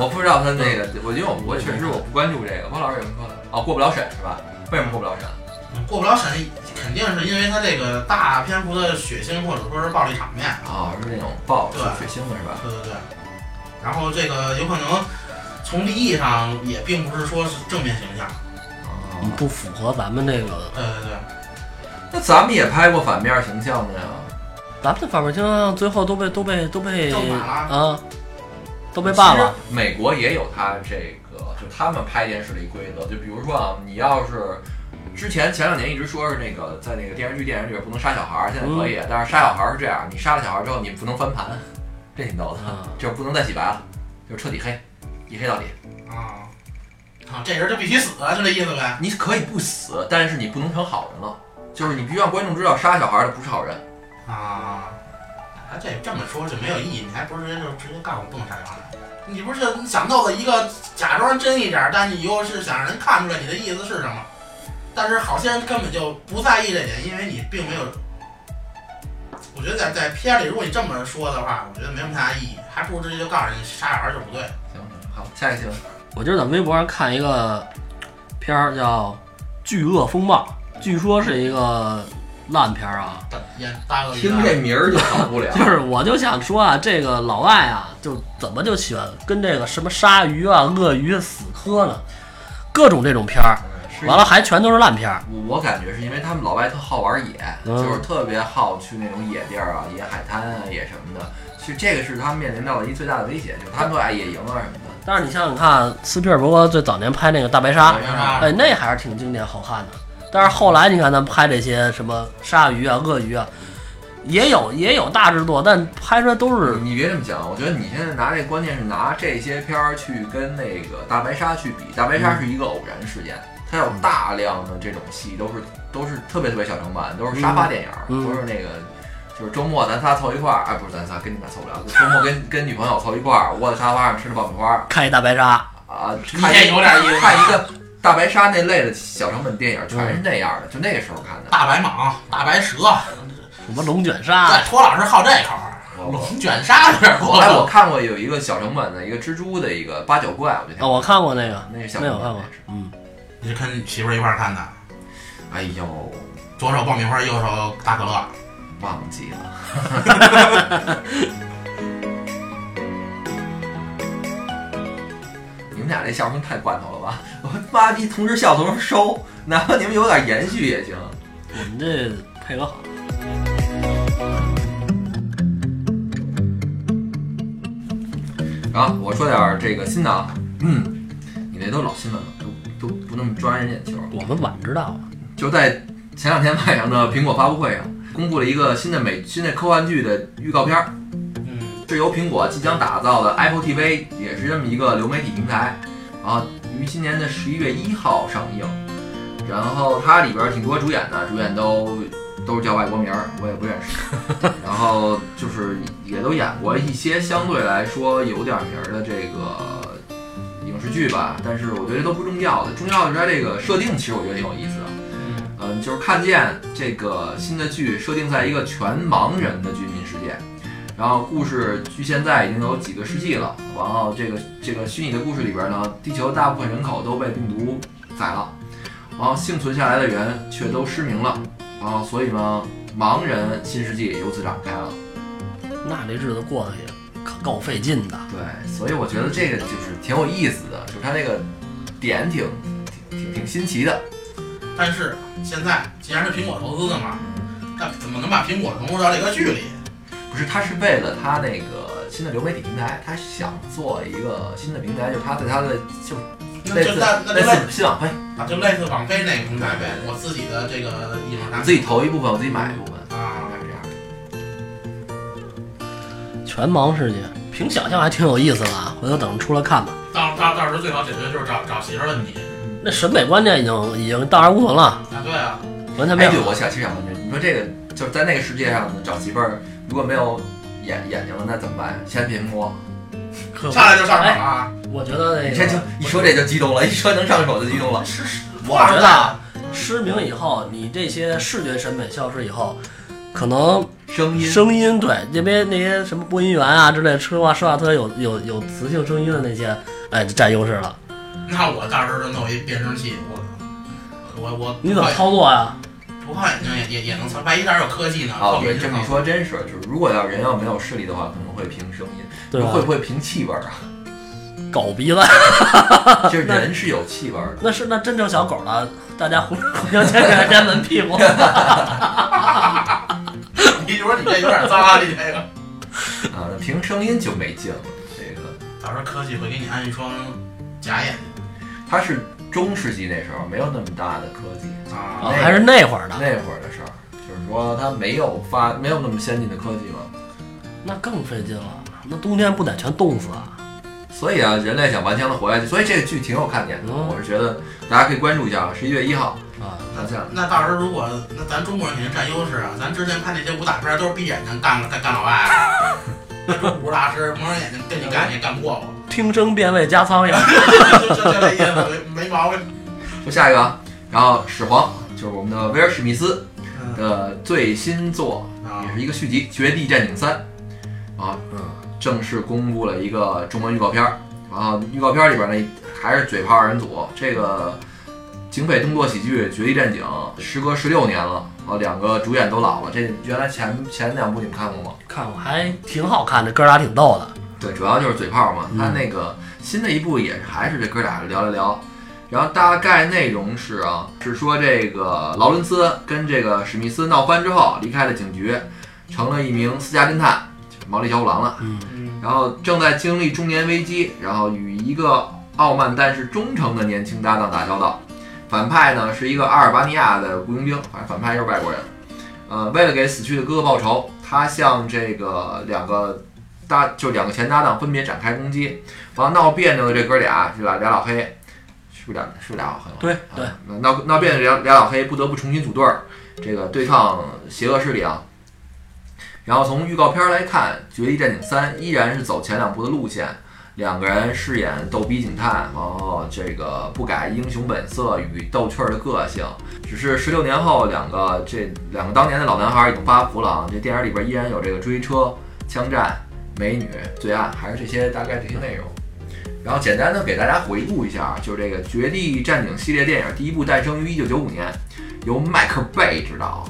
Speaker 1: 我不知道他那个，我因为我我确实我不关注这个。汪老师有什么说的？哦，过不了审是吧？为什么过不了审？
Speaker 3: 嗯过不了审，肯定是因为他这个大篇幅的血腥或者说是暴力场面。
Speaker 1: 啊，是那种暴是
Speaker 3: 对
Speaker 1: 血腥的是吧？
Speaker 3: 对对对。然后这个有可能从立意上也并不是说是正面形象。
Speaker 1: 啊，
Speaker 2: 嗯不符合咱们这个，
Speaker 3: 对对对，
Speaker 1: 那咱们也拍过反面形象的呀。
Speaker 2: 咱们的反派形象最后都被都被都被
Speaker 3: 正版了
Speaker 2: 啊，都被办了。
Speaker 1: 其实美国也有他这个，就他们拍电视的一规则，就比如说啊，你要是之前前两年一直说是那个在那个电视剧、电影里边不能杀小孩儿，现在可
Speaker 2: 嗯
Speaker 1: 以，但是杀小孩儿是这样，你杀了小孩儿之后你不能翻
Speaker 2: [laughs]
Speaker 1: 盘，这挺逗的，
Speaker 2: 嗯
Speaker 1: 就是不能再洗白了，就是彻底黑，一黑到底。
Speaker 3: 啊啊，这人就必须死，就这意思呗。
Speaker 1: 你可以不死，但是你不能成好人了，就是你必须让观众知道杀小孩儿的不是好人。
Speaker 3: 啊，啊，这这么说就没有意义，你还不如直接就直接告诉我不能杀小孩。啊你不是想弄的一个假装真一点儿，但你又是想让人看出来你的意思是什么？但是好些人根本就不在意这点，因为你并没有。我觉得在在片儿里，如果你这么说的话，我觉得没什么太大意义，还不如直接就告诉人你杀小孩就不对。
Speaker 1: 行行，好，下一个新闻。
Speaker 2: 我今儿在微博上看一个片儿叫《巨恶风暴》，据说是一个烂片儿啊。 [laughs]
Speaker 3: 大烟大鳄鱼
Speaker 1: 听这名儿就好不了，
Speaker 2: 就是我就想说啊，这个老外啊，就怎么就喜欢跟这个什么鲨鱼啊、鳄鱼死磕呢？各种这种片儿，
Speaker 1: [laughs] 是
Speaker 2: 完了还全都是烂片儿。
Speaker 1: 我我感觉是因为他们老外特好玩野，
Speaker 2: 嗯
Speaker 1: 就是特别好去那种野地儿啊、野海滩啊、野什么的。其实这个是他们面临到的一最大的危险，就是他们都爱野营啊什么的。
Speaker 2: 但是你想想看，斯皮尔伯格最早年拍那个《大白鲨》，哎，那还是挺经典好看的。但是后来你看他们拍这些什么鲨鱼啊、鳄鱼啊，也有也有大制作，但拍出来都是
Speaker 1: 你别这么讲，我觉得你现在拿这关键是拿这些片儿去跟那个大白鲨去比，大白
Speaker 2: 嗯
Speaker 1: 鲨是一个偶然事件，它有大量的这种戏都是都是特别特别小成本，都是沙发电影，
Speaker 2: 嗯
Speaker 1: 都是那个。就是周末咱仨凑一块儿，哎，不是咱仨，跟你们俩凑不了。周末跟跟女朋友凑一块儿，窝在沙发上吃着爆米花，
Speaker 2: 看一大白鲨，
Speaker 1: 啊，
Speaker 3: 你
Speaker 1: 看
Speaker 3: 也
Speaker 1: 一
Speaker 3: 有点意思
Speaker 1: 看一个大白鲨那类的小成本电影，全是那样的，就那个时候看的。
Speaker 3: 大白蟒、大白蛇，
Speaker 2: 什么龙卷鲨
Speaker 3: 对，托老师好这口儿，
Speaker 1: 我
Speaker 3: 龙卷沙有点
Speaker 1: 后
Speaker 3: 过
Speaker 1: 来
Speaker 3: 了。
Speaker 1: 我看过有一个小成本的一个蜘蛛的一个八九怪，我就
Speaker 2: 啊，我看过那个，
Speaker 1: 那是小
Speaker 2: 没
Speaker 1: 成
Speaker 2: 有
Speaker 1: 本
Speaker 2: 看过
Speaker 1: 那是，
Speaker 2: 嗯，
Speaker 3: 你是跟你媳妇儿一块儿看的，
Speaker 1: 哎呦，
Speaker 3: 左手爆米花，右手大可乐。
Speaker 1: 忘记了。 [laughs] 你们俩这笑声太罐头了吧！我妈逼同时笑同时收，哪怕你们有点延续也行。
Speaker 2: 我们这配合好。
Speaker 1: 啊，我说点儿这个新的啊，嗯，你那都老新闻了，都都不那么抓人眼球。
Speaker 2: 我们晚知道啊，
Speaker 1: 就在前两天晚上的苹果发布会上，公布了一个新的美新的科幻剧的预告片儿。
Speaker 3: 嗯，
Speaker 1: 是由苹果即将打造的 Apple TV 也是这么一个流媒体平台，然后于今年的十一月一号上映。然后它里边儿挺多主演的，主演都都是叫外国名儿，我也不认识。然后就是也都演过一些相对来说有点名儿的这个影视剧吧，但是我觉得都不重要的，重要的是它这个设定，其实我觉得挺有意思的。
Speaker 3: 嗯
Speaker 1: 嗯，就是看见这个新的剧设定在一个全盲人的居民世界，然后故事距现在已经有几个世纪了，然后这个这个虚拟的故事里边呢，地球大部分人口都被病毒宰了，然后幸存下来的人却都失明了，然后所以呢，盲人新世纪由此展开了。
Speaker 2: 那这日子过得也够费劲的。
Speaker 1: 对，所以我觉得这个就是挺有意思的，就是它那个点挺挺挺挺新奇的。
Speaker 3: 但是现在既然是苹果投资的嘛，那怎么能把苹果融入到这个剧里？
Speaker 1: 不是，他是为了他那个新的流媒体平台，他想做一个新的平台，就是他在他的就是
Speaker 3: 那
Speaker 1: 类
Speaker 3: 就
Speaker 1: 似
Speaker 3: 那那就
Speaker 1: 类
Speaker 3: 类
Speaker 1: 似新网飞，
Speaker 3: 啊，就类似网飞那个平台呗，我自己的这个艺术
Speaker 1: 我
Speaker 3: 产
Speaker 1: 自己
Speaker 3: 品
Speaker 1: 投一部分，我自己买一部分，
Speaker 3: 啊
Speaker 1: 大，概这样。
Speaker 2: 全盲世界，凭想象还挺有意思的啊！回头等着出来看吧。
Speaker 3: 到到到时候最好解决就是找找媳妇儿问题。
Speaker 2: 那审美观念已经已经荡然无存了，
Speaker 3: 啊，对啊，
Speaker 2: 完全没
Speaker 1: 哎，
Speaker 2: 有
Speaker 1: 对，。我想其实想问你，你说这个就是在那个世界上找媳妇儿，如果没有眼眼睛了，那怎么办？全屏幕，
Speaker 2: 可
Speaker 3: 上来就上手了
Speaker 2: 哎，
Speaker 3: 啊，
Speaker 2: 我觉得
Speaker 1: 你
Speaker 2: 那
Speaker 1: 这就
Speaker 2: 个
Speaker 1: 一说这就激动了，一说能上手就激
Speaker 2: [laughs]
Speaker 1: 动了。
Speaker 3: 是是，
Speaker 2: 我
Speaker 3: 多少
Speaker 2: 觉
Speaker 3: 人
Speaker 2: 得
Speaker 3: 啊
Speaker 2: 失明以后，你这些视觉审美消失以后，可能
Speaker 1: 声音，
Speaker 2: 声音对那边那些什么播音员啊之类，说话说话特别有有有磁性声音的那些，哎，就占优势了。
Speaker 3: 那我到时候就弄一变声器，我我我
Speaker 2: 你怎么操作啊呀？
Speaker 3: 不靠眼睛也也也能操？万一到时候有科技呢？
Speaker 1: 哦，
Speaker 3: 后
Speaker 1: 对，
Speaker 3: 面
Speaker 1: 这么一说真是，就是如果要人要没有视力的话，可能会凭声音，
Speaker 2: 对吧
Speaker 1: 会？不会凭气味儿啊？
Speaker 2: 狗鼻子， [laughs]
Speaker 1: 就是人是有气味儿的。
Speaker 2: 那是那真成小狗了。大家互互相牵着人家闻
Speaker 1: [laughs]
Speaker 2: 屁股，
Speaker 3: 你说你这有点脏啊，你这个。
Speaker 1: 啊，凭声音就没劲了。这个
Speaker 3: 到时候科技会给你安一双假眼睛
Speaker 1: 它是中世纪那时候没有那么大的科技，
Speaker 2: 啊
Speaker 3: 啊，
Speaker 2: 还是那会儿的，
Speaker 1: 那会儿的事儿，就是说它没有发没有那么先进的科技嘛。
Speaker 2: 那更费劲了。那冬天不得全冻死啊？
Speaker 1: 所以啊，人类想顽强的活下去，所以这个剧挺有看点的，
Speaker 2: 嗯
Speaker 1: 我是觉得大家可以关注一下，十一月一号
Speaker 2: 啊，
Speaker 1: 上线了。
Speaker 3: 那到时候如果那咱中国人肯定占优势啊，咱之前拍那些武打片都是闭眼睛干干干老外啊，那中武大师蒙着眼睛跟你干你也干不过我， [laughs]
Speaker 2: 听声辨位加苍蝇，
Speaker 3: 就就就这意思，没没毛病。
Speaker 1: 说下一个啊，然后《始皇》就是我们的威尔史密斯
Speaker 3: 嗯
Speaker 1: 的最新作，
Speaker 3: 啊
Speaker 1: 也是一个续集《绝地战警三》啊，
Speaker 2: 嗯，
Speaker 1: 正式公布了一个中文预告片儿，然后预告片儿里边呢还是嘴炮二人组这个警匪动作喜剧《绝地战警》，时隔十六年了，啊，两个主演都老了，这原来前前两部你们看过吗？
Speaker 2: 看我还挺好看，这哥俩挺逗的。
Speaker 1: 对，主要就是嘴炮嘛。
Speaker 2: 嗯
Speaker 1: 他那个新的一部也还是这哥俩聊了聊，然后大概内容是啊，是说这个劳伦斯跟这个史密斯闹翻之后离开了警局，成了一名私家侦探，就是毛利小五郎了。
Speaker 2: 嗯，
Speaker 3: 嗯
Speaker 1: 然后正在经历中年危机，然后与一个傲慢但是忠诚的年轻搭档打交道。反派呢是一个阿尔巴尼亚的雇佣兵，反正反派又是外国人。呃，为了给死去的哥哥报仇，他向这个两个搭就两个前搭档分别展开攻击。完了闹别扭的这哥俩，这俩俩老黑，是不是俩是不是俩老黑？
Speaker 2: 对
Speaker 1: 啊
Speaker 2: 对，
Speaker 1: 闹闹别扭俩俩老黑不得不重新组队儿，这个对抗邪恶势力啊。然后从预告片儿来看，《绝地战警三》依然是走前两部的路线，两个人饰演逗逼警探，然后这个不改英雄本色与逗趣儿的个性。只是十六年后，两个这两个当年的老男孩已经发福了啊。这电影里边依然有这个追车、枪战、美女、罪案，还是这些大概这些内容。然后简单的给大家回顾一下，啊就是这个《绝地战警》系列电影第一部诞生于一九九五年，由迈克尔贝执导。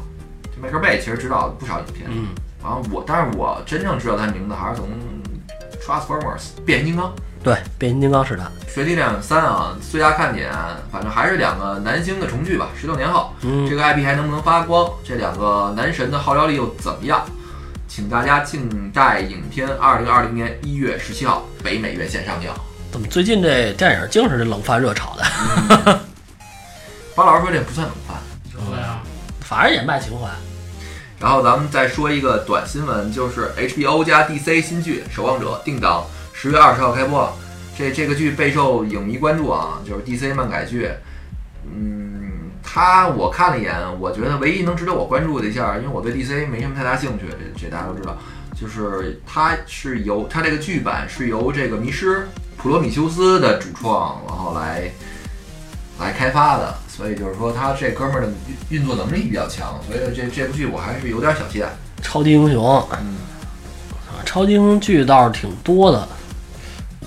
Speaker 1: 这迈克尔贝其实执导不少影片，
Speaker 2: 嗯，
Speaker 1: 然后我，但是我真正知道他名字还是从 Transformers 变形金刚。
Speaker 2: 对，变形金刚是他。
Speaker 1: 绝地战警三啊，最佳看点，啊反正还是两个男星的重聚吧。十六年后，
Speaker 2: 嗯
Speaker 1: 这，个 IP 还能不能发光？这两个男神的号召力又怎么样？请大家静待影片二零二零年一月十七号北美院线上映。
Speaker 2: 怎么最近这电影净是这冷饭热炒的？ [laughs]
Speaker 1: 巴老师说这不算冷饭，
Speaker 3: 就这样。
Speaker 2: 反正也卖情怀。
Speaker 1: 然后咱们再说一个短新闻，就是 HBO 加 DC 新剧《守望者》定档十月二十号开播了。这这个剧备受影迷关注啊，就是 DC 漫改剧。嗯，它我看了一眼，我觉得唯一能值得我关注的一下，因为我对 DC 没什么太大兴趣，这这大家都知道。就是它是由它这个剧版是由这个迷失普罗米修斯的主创，然后来来开发的，所以就是说他这哥们儿的运运作能力比较强，所以这这部剧我还是有点小期待。
Speaker 2: 超级英雄，
Speaker 1: 嗯，
Speaker 2: 啊超级英雄剧倒是挺多的，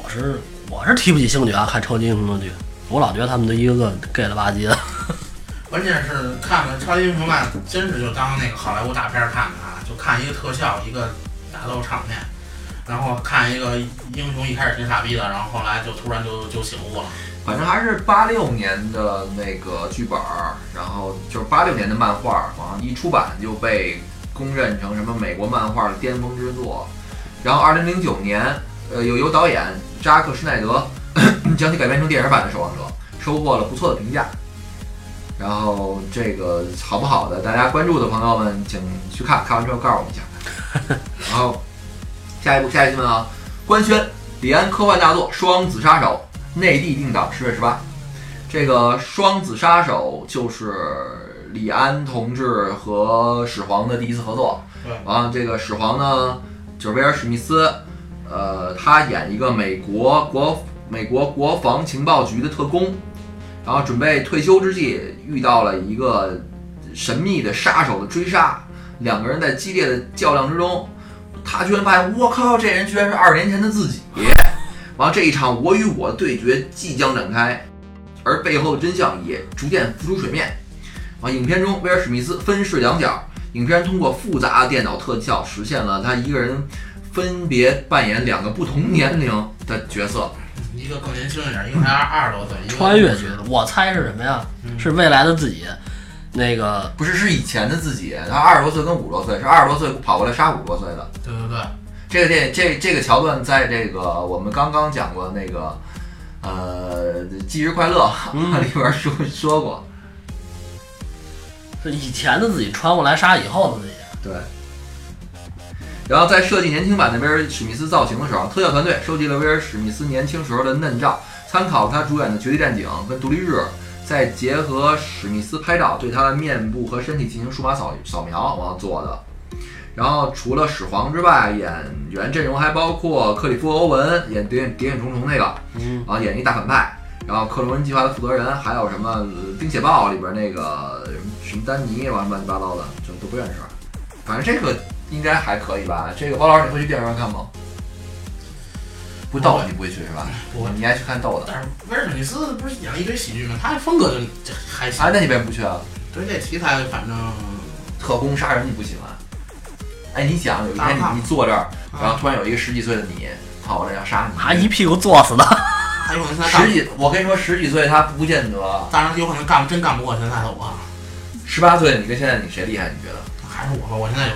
Speaker 2: 我是我是提不起兴趣啊，看超级英雄的剧，我老觉得他们都一个个 gay 了吧唧
Speaker 1: 嗯
Speaker 2: 的。
Speaker 3: 关键是看了超级英雄漫，真是就当那个好莱坞大片儿看的啊，就看一个特效，一个打斗场面，然后看一个英雄一开始挺傻逼的，然后后来就突然就就醒悟了。
Speaker 1: 反正还是八六年的那个剧本儿，然后就是八六年的漫画儿，然后一出版就被公认成什么美国漫画的巅峰之作。然后二零零九年，呃，有由导演扎克施耐德 [coughs] 将其改编成电影版的《守望者》，收获了不错的评价。然后这个好不好的，大家关注的朋友们请去看看完之后告诉我们一下。然后下一步下一新闻啊，官宣李安科幻大作《双子杀手》内地定档十月十八。这个《双子杀手》就是李安同志和始皇的第一次合作。
Speaker 3: 对
Speaker 1: 完了，这个始皇呢，就是威尔史密斯，呃，他演一个美国国美国国防情报局的特工，然后准备退休之际遇到了一个神秘的杀手的追杀，两个人在激烈的较量之中，他居然发现我靠，这人居然是二十年前的自己。完了，这一场我与我的对决即将展开，而背后的真相也逐渐浮出水面。啊，影片中威尔史密斯分饰两角，影片通过复杂的电脑特效实现了他一个人分别扮演两个不同年龄的角色。
Speaker 3: 一个更年轻一点，一个才二二十多岁，一个嗯
Speaker 2: 穿越剧的，我猜是什么呀？是未来的自己，那个
Speaker 1: 不是，是以前的自己，他二十多岁跟五十多岁，是二十多岁跑过来杀五十多岁的。
Speaker 3: 对对对，
Speaker 1: 这个电这这个桥段，在这个我们刚刚讲过那个呃《忌日快乐》 [laughs] 里边说说过。
Speaker 2: 是以前的自己穿过来杀以后的自己。
Speaker 1: 对。然后在设计年轻版的威尔史密斯造型的时候，特效团队收集了威尔史密斯年轻时候的嫩照，参考他主演的《绝地战警》跟《独立日》，再结合史密斯拍照，对他的面部和身体进行数码扫扫描，然后做的。然后除了始皇之外，演员阵容还包括克里夫·欧文演《谍影谍影重重》那个，
Speaker 2: 嗯，
Speaker 1: 啊，演一大反派，然后克隆人计划的负责人，还有什么呃《冰雪暴》里边那个什么丹尼，完乱七八糟的，就都不认识。反正这个应该还可以吧。这个包老师，你会去电影院看吗？不
Speaker 3: 不
Speaker 1: 逗
Speaker 3: 会
Speaker 1: 你不会去是吧？
Speaker 3: 不会
Speaker 1: 你爱去看逗的。
Speaker 3: 但是威尔史密斯不是演了一堆喜剧吗？他的风格就就还行
Speaker 1: 啊，。那你为什么不去啊？
Speaker 3: 对这题材，反正啊
Speaker 1: 特工杀人你不喜欢？哎，你想有一天
Speaker 3: 打怕
Speaker 1: 你你坐这儿，然后
Speaker 3: 啊，
Speaker 1: 突然有一个十几岁的你跑过来要杀
Speaker 2: 还
Speaker 1: 你
Speaker 2: 一，屁股坐死的。
Speaker 3: 他有可能他
Speaker 1: 十
Speaker 3: 干，
Speaker 1: 几，我跟你说十几岁他不见得，
Speaker 3: 当然有可能干真干不过现在的我，
Speaker 1: 十八岁你跟现在你谁厉害？你觉得？
Speaker 3: 还是我吧。我现在有，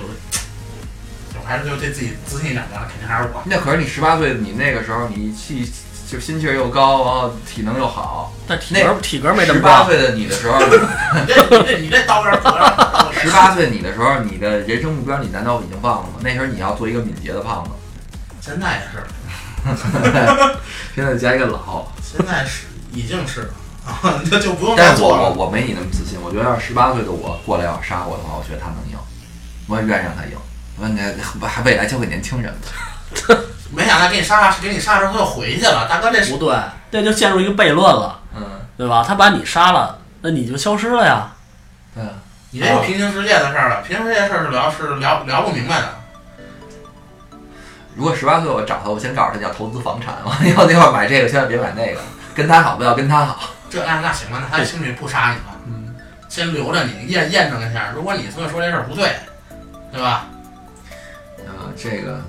Speaker 3: 我还是就对自己自信一点吧，肯定
Speaker 1: [laughs]
Speaker 3: 还是我。
Speaker 1: 那可是你十八岁，你那个时候你气就心气儿又高，然后体能又好。
Speaker 2: 但体格体格没这
Speaker 1: 十
Speaker 2: 么
Speaker 1: 八
Speaker 2: 高，
Speaker 1: 岁的你的时候， [laughs]
Speaker 3: 你这你这你这刀边儿折了，
Speaker 1: 十八岁你的时候，你的人生目标你难道已经忘了吗？那时候你要做一个敏捷的胖子，
Speaker 3: 现在也是，
Speaker 1: 现在加一个老。
Speaker 3: 现在是已经是了
Speaker 1: [laughs]
Speaker 3: 啊，那就不用
Speaker 1: 但
Speaker 3: 再
Speaker 1: 是
Speaker 3: 做
Speaker 1: 我
Speaker 3: 了。
Speaker 1: 我我没你那么自信，我觉得要是十八岁的我过来要杀我的话，我觉得他能赢，我也愿意让他赢。我你还未来交给年轻人，
Speaker 3: 没想到给你杀杀，给你杀的时候他又回去了，大哥这是
Speaker 2: 不对，这就陷入一个悖论了，
Speaker 1: 嗯，
Speaker 2: 对吧？他把你杀了，那你就消失了呀。
Speaker 1: 对啊，
Speaker 3: 你这是平行世界的事儿了，平行世界的事儿是聊是聊聊不明白的。
Speaker 1: 如果十八岁我找他，我先告诉他要投资房产，我要那块买这个，千万别买那个，跟他好不要跟他好。
Speaker 3: 这那那行吧，那他兴许不杀你了，
Speaker 1: 嗯，
Speaker 3: 先留着你验验证一下，如果你从这说这事儿不对，对吧？
Speaker 1: 啊，这个，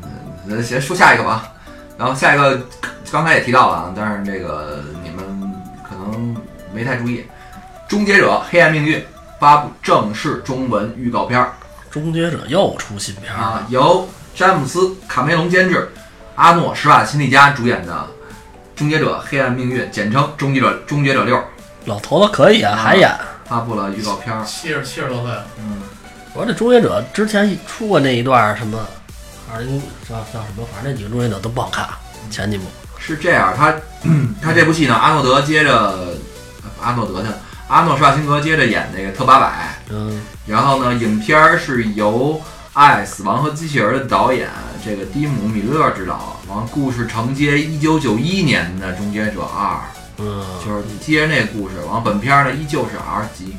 Speaker 1: 呃，先说下一个吧。然后下一个，刚才也提到了啊，但是这个你们可能没太注意，《终结者：黑暗命运》发布正式中文预告片儿
Speaker 2: 终结者又出新片儿，
Speaker 1: 啊，由詹姆斯·卡梅隆监制，阿诺·施瓦辛利加主演的《终结者：黑暗命运》，简称《终结者》《终结者六》
Speaker 2: 老头子可以啊，还演。
Speaker 1: 发布了预告片儿。
Speaker 3: 七十七十多岁了，
Speaker 1: 嗯，
Speaker 2: 我说这终结者之前一出过那一段儿什么二零叫叫什么，反正那几个终结者都不好看。前几部
Speaker 1: 是这样，他 [clears throat] 他这部戏呢，阿诺德接着阿诺德去了，阿诺施瓦辛格接着演那个特八百，
Speaker 2: 嗯
Speaker 1: 然后呢，影片儿是由《爱、死亡和机器人》的导演这个蒂姆·米勒执导，完故事承接1991年的《终结者二》，
Speaker 2: 嗯，
Speaker 1: 就是接着那故事。完本片儿呢依旧是 R 级，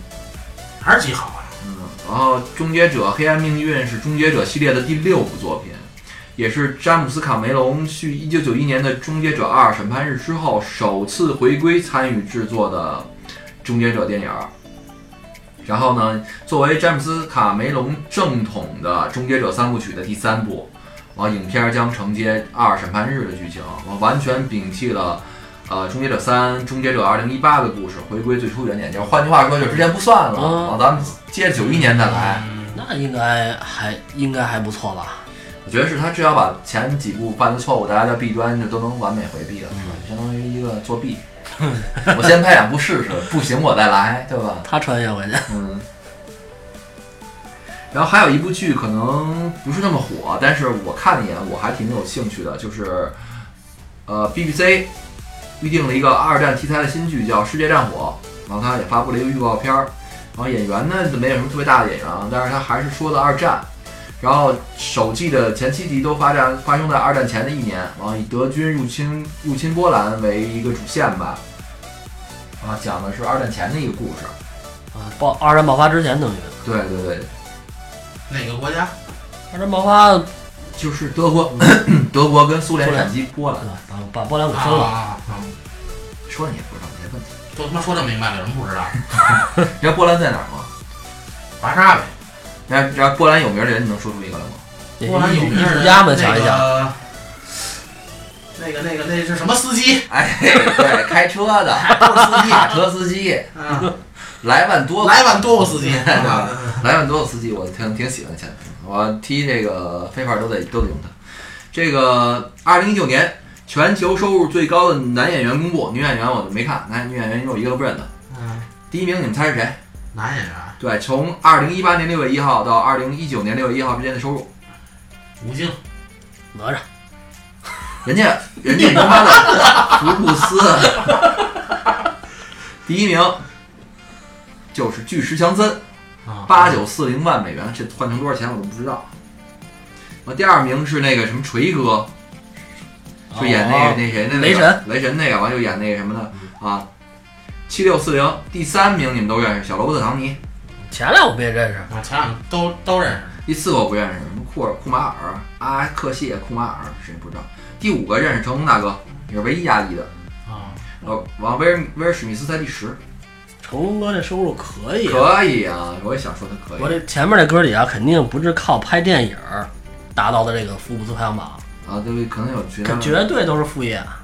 Speaker 3: 还是极好啊。
Speaker 1: 嗯，然后《终结者：黑暗命运》是《终结者》系列的第六部作品，也是詹姆斯·卡梅隆续1991年的《终结者二：审判日》之后首次回归参与制作的《终结者》电影儿。然后呢，作为詹姆斯·卡梅隆正统的《终结者》三部曲的第三部，然后影片将承接《二审判日》的剧情，我完全摒弃了。呃，《终结者三》《终结者2018》的故事回归最初原点，就是换句话说，就之前不算了，
Speaker 2: 嗯
Speaker 1: 往咱们接着九一年再来。
Speaker 3: 嗯，
Speaker 2: 那应该还应该还不错吧？
Speaker 1: 我觉得是他至少把前几部犯的错误，大家在弊端就都能完美回避了，是吧？相当于一个作弊。我先拍两部试试，不行我再来，对吧？
Speaker 2: 他穿越回去，
Speaker 1: 嗯。然后还有一部剧可能不是那么火，但是我看了一眼，我还挺有兴趣的，就是呃 BBC 预定了一个二战题材的新剧，叫《世界战火》，然后它也发布了一个预告片儿。然后演员呢没有什么特别大的演员啊，但是他还是说的二战。然后首季的前七集都发展发生在二战前的一年，然后以德军入侵入侵波兰为一个主线吧。啊，讲的是二战前的一个故事。
Speaker 2: 啊，爆二战爆发之前等于
Speaker 1: 对对对，
Speaker 3: 哪个国家？
Speaker 2: 二战爆发，
Speaker 1: 就是德国， [clears throat] 德国跟嗯苏联闪击波兰
Speaker 2: 对。吧呃把把波兰给
Speaker 3: 啊
Speaker 2: 分了。
Speaker 3: 啊啊！
Speaker 1: 说你也不知道，没问题。
Speaker 3: 都他妈说这么明白了，有人不知道？
Speaker 1: 你知道波兰在哪儿吗？
Speaker 3: 华沙呗。
Speaker 1: 你知道你知道波兰有名的人，你能说出一个来吗？
Speaker 2: 也
Speaker 3: 波兰有
Speaker 2: 艺
Speaker 3: 名
Speaker 2: 艺
Speaker 3: 儿
Speaker 2: 术家们想一想，
Speaker 3: 想，那个那个那是什么司机？
Speaker 1: [laughs] 哎，对，开车 [laughs] 的，卡车司机，
Speaker 3: 啊，
Speaker 1: 莱万多夫
Speaker 3: 莱万多夫
Speaker 1: [laughs]
Speaker 3: 斯基。啊
Speaker 1: 莱万多夫斯基，我挺挺喜欢前锋，我踢这个飞盘都得都得用他。这个二零一九年全球收入最高的男演员公布，女演员我都没看，男女演员我一个都不认得。
Speaker 3: 嗯，
Speaker 1: 第一名你们猜是谁？
Speaker 3: 男演员
Speaker 1: 对，从二零一八年六月一号到二零一九年六月一号之间的收入，
Speaker 3: 吴京，
Speaker 2: 哪吒
Speaker 1: 人家人家他妈的福布斯第一名就是巨石强森，
Speaker 3: 啊
Speaker 1: 八九四零万美元，这换成多少钱我都不知道。我第二名是那个什么锤哥，就演那个那谁那那个
Speaker 2: 哦雷神
Speaker 1: 雷神那个，完就演那个什么的啊，七六四零。第三名你们都认识，小罗伯特·唐尼。
Speaker 2: 前两我们也认识，
Speaker 3: 啊，前两个都都认识。
Speaker 1: 第四个我不认识，什么库尔库马尔、阿克谢库马尔，谁不知道？第五个认识成龙大哥，也是唯一压抑的。
Speaker 3: 啊，
Speaker 1: 呃，完威尔威尔史密斯才第十，
Speaker 2: 成龙哥这收入可以啊，
Speaker 1: 可以啊，我也想说他可
Speaker 2: 我
Speaker 1: 以
Speaker 2: 这前面这哥俩肯定不是靠拍电影儿达到的这个福布斯排行榜，
Speaker 1: 啊，对，可能有其他
Speaker 2: 可绝对都是副业，啊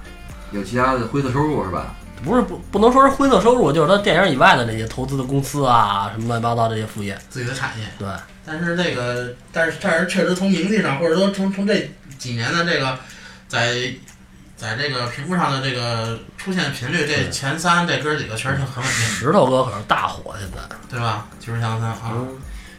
Speaker 1: 有其他的灰色收入是吧？
Speaker 2: 不是不不能说是灰色收入，就是他电影以外的这些投资的公司啊，什么乱七八糟这些副业。
Speaker 3: 自己的产业。
Speaker 2: 对，
Speaker 3: 但是这个，但是但是确实从名气上，或者说从从这几年的这个，在在这个屏幕上的这个出现频率，这前三这哥几个确实挺很稳定，
Speaker 2: 石头哥可是大火现在。
Speaker 3: 对吧？就是像三啊，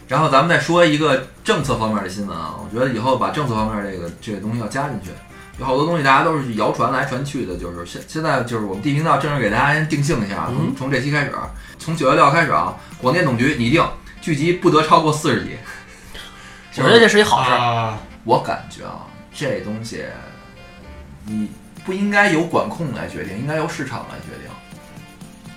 Speaker 1: 然后咱们再说一个政策方面的新闻啊，我觉得以后把政策方面这个这个东西要加进去，有好多东西大家都是谣传来传去的，就是现现在就是我们地频道正式给大家先定性一下，啊从
Speaker 2: 嗯
Speaker 1: 从这期开始，从九月六号开始啊，广电总局拟定剧集不得超过四十集，
Speaker 2: 我觉得这是一好事儿，
Speaker 3: 啊，
Speaker 1: 我感觉啊，这东西你不应该由管控来决定，应该由市场来决定。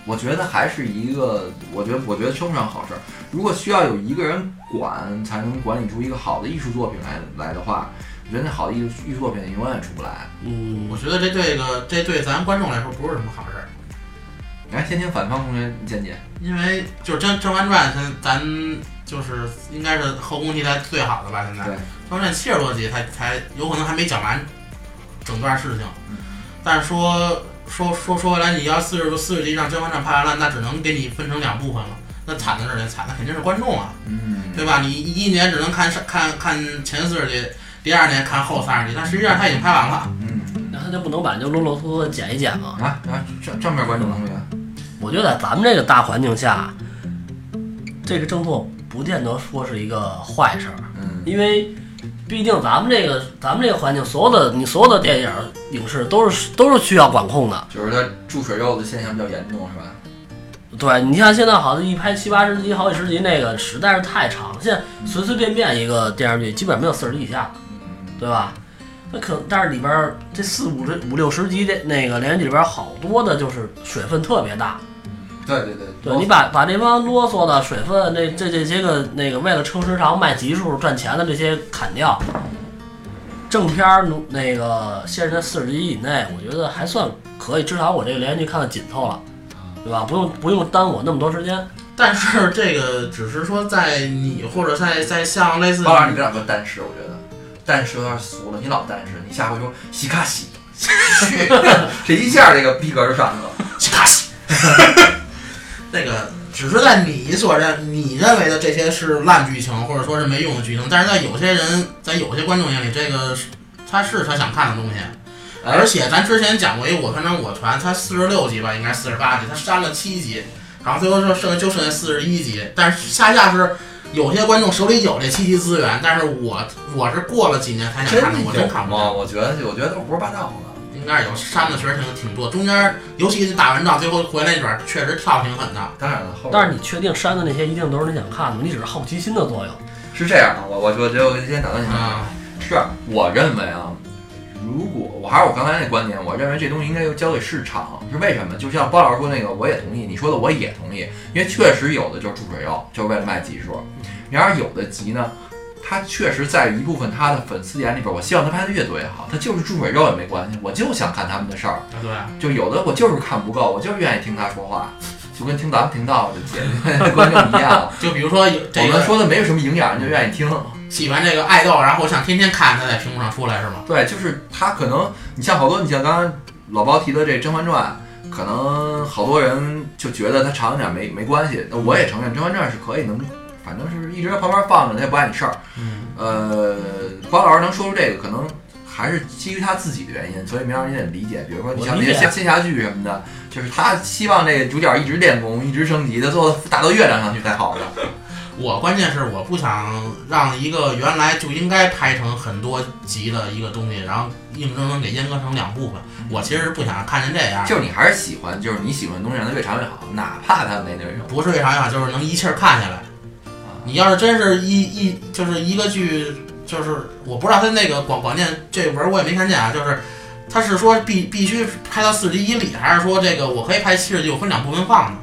Speaker 1: 我觉得还是一个，我觉得我觉得称不上好事儿。如果需要有一个人管才能管理出一个好的艺术作品来来的话，我觉得那好的艺术艺术作品永远出不来。
Speaker 2: 嗯
Speaker 3: 我，觉得这对个这对咱观众来说不是什么好事儿，
Speaker 1: 来，先听反方同学见解。
Speaker 3: 因为就是《甄甄嬛传》，现咱就是应该是后宫题材最好的吧，现在《
Speaker 1: 对
Speaker 3: 甄嬛传》七十多集才才有可能还没讲完整段事情，
Speaker 1: 嗯
Speaker 3: 但是说说说说回来，你要四十四十集让《甄嬛传》拍完了，那只能给你分成两部分了。那惨的是谁？惨的肯定是观众啊，
Speaker 1: 嗯，
Speaker 3: 对吧？你一年只能看上看看前四十集，第二年看后三十集，但实际上他已经拍完了。
Speaker 1: 嗯，
Speaker 2: 那他就不能把就啰啰嗦嗦地剪一剪吗？
Speaker 1: 啊啊，正正面观众同学，
Speaker 2: 我觉得在咱们这个大环境下，这个政策不见得说是一个坏事儿，
Speaker 1: 嗯
Speaker 2: 因为毕竟咱们这个咱们这个环境，所有的你所有的电影影视都是都是需要管控的。
Speaker 1: 就是它注水肉的现象比较严重，是吧？
Speaker 2: 对你像现在好像一拍七八十集、好几十集，那个实在是太长了。现在随随便便一个电视剧，基本上没有四十集以下的，
Speaker 1: 嗯，
Speaker 2: 对吧？那可但是里边儿这四五十五六十集这那个连续剧里边儿好多的就是水分特别大，
Speaker 1: 对对对，
Speaker 2: 对你把把这帮啰嗦的水分，这这这些个那个为了撑时长、卖集数、赚钱的这些砍掉，正片儿努那个限制在四十集以内，我觉得还算可以，至少我这个连续剧看的紧凑了，对吧？不用不用耽误我那么多时间。
Speaker 3: 但是这个只是说在你或者在在像类似
Speaker 1: 包老师，你这两个但是，我觉得但是有点俗了，你老但是，你下回说洗卡洗，
Speaker 3: [laughs]
Speaker 1: 去，这一下这个逼格就上去了。
Speaker 3: 咔嚓， [laughs] 那个只是在你所认你认为的这些是烂剧情，或者说是没用的剧情，但是在有些人，在有些观众眼里，这个是他是他想看的东西。
Speaker 1: 哎
Speaker 3: 而，且咱之前讲过一《我团长我团》，它四十六集吧，应该四十八集，它删了七集，然后最后就剩就剩下四十一集。但是恰恰是有些观众手里有这七集资源，但是我我是过了几年才想看的，我真看不
Speaker 1: 吗？[laughs]
Speaker 3: 了。
Speaker 1: 我觉得，我觉得都胡说八道呢。
Speaker 3: 应该是有删的确实挺挺多，中间尤其打完仗最后回来那段确实跳挺狠的。
Speaker 1: 当然了，后边
Speaker 2: 但是你确定删的那些一定都是你想看的吗？你只是好奇心的作用。
Speaker 1: 是这样啊，我我我觉得我今天打断你啊，
Speaker 3: 啊，
Speaker 1: 是我认为啊，如果我还是我刚才那观点，我认为这东西应该就交给市场，是为什么？就像包老师说那个，我也同意，你说的我也同意，因为确实有的就是注水药，就是为了卖集数。然而有的集呢，它确实在一部分他的粉丝眼里边，我希望他拍的越多越好，他就是注水肉也没关系，我就想看他们的事儿。
Speaker 3: 对啊，
Speaker 1: 就有的我就是看不够，我就是愿意听他说话，就跟听咱们频道的节目 [laughs] 观众一样，
Speaker 3: 就比如说有
Speaker 1: 我
Speaker 3: 这
Speaker 1: 们
Speaker 3: 个
Speaker 1: 说的没有什么营养，人就愿意听。
Speaker 3: 喜欢这个爱豆，然后我想天天看他在屏幕上出来是吗？
Speaker 1: 对，就是他可能，你像好多，你像刚刚老包提的这《甄嬛传》，可能好多人就觉得它长一点没没关系。那我也承认，《甄嬛传》是可以能，反正是一直在旁边放着，他也不碍你事儿。
Speaker 3: 嗯，
Speaker 1: 呃，包老师能说出这个，可能还是基于他自己的原因，所以明儿你得理解。比如说，你像那些
Speaker 2: 我理解
Speaker 1: 仙仙侠剧什么的，就是他希望这个主角一直练功，一直升级，他最后打到月亮上去才好的。
Speaker 3: 我关键是我不想让一个原来就应该拍成很多集的一个东西，然后硬生生给阉割成两部分。我其实是不想看见这样，
Speaker 1: 就是你还是喜欢，就是你喜欢的东西，让它越长越好，哪怕它没内容。
Speaker 3: 不是为啥呀，就是能一气儿看下来。
Speaker 1: 啊
Speaker 3: 你要是真是一一就是一个剧，就是我不知道他那个广广电这文我也没看见啊，就是他是说必必须拍到四十集以里，还是说这个我可以拍七十集，我分两部分放呢？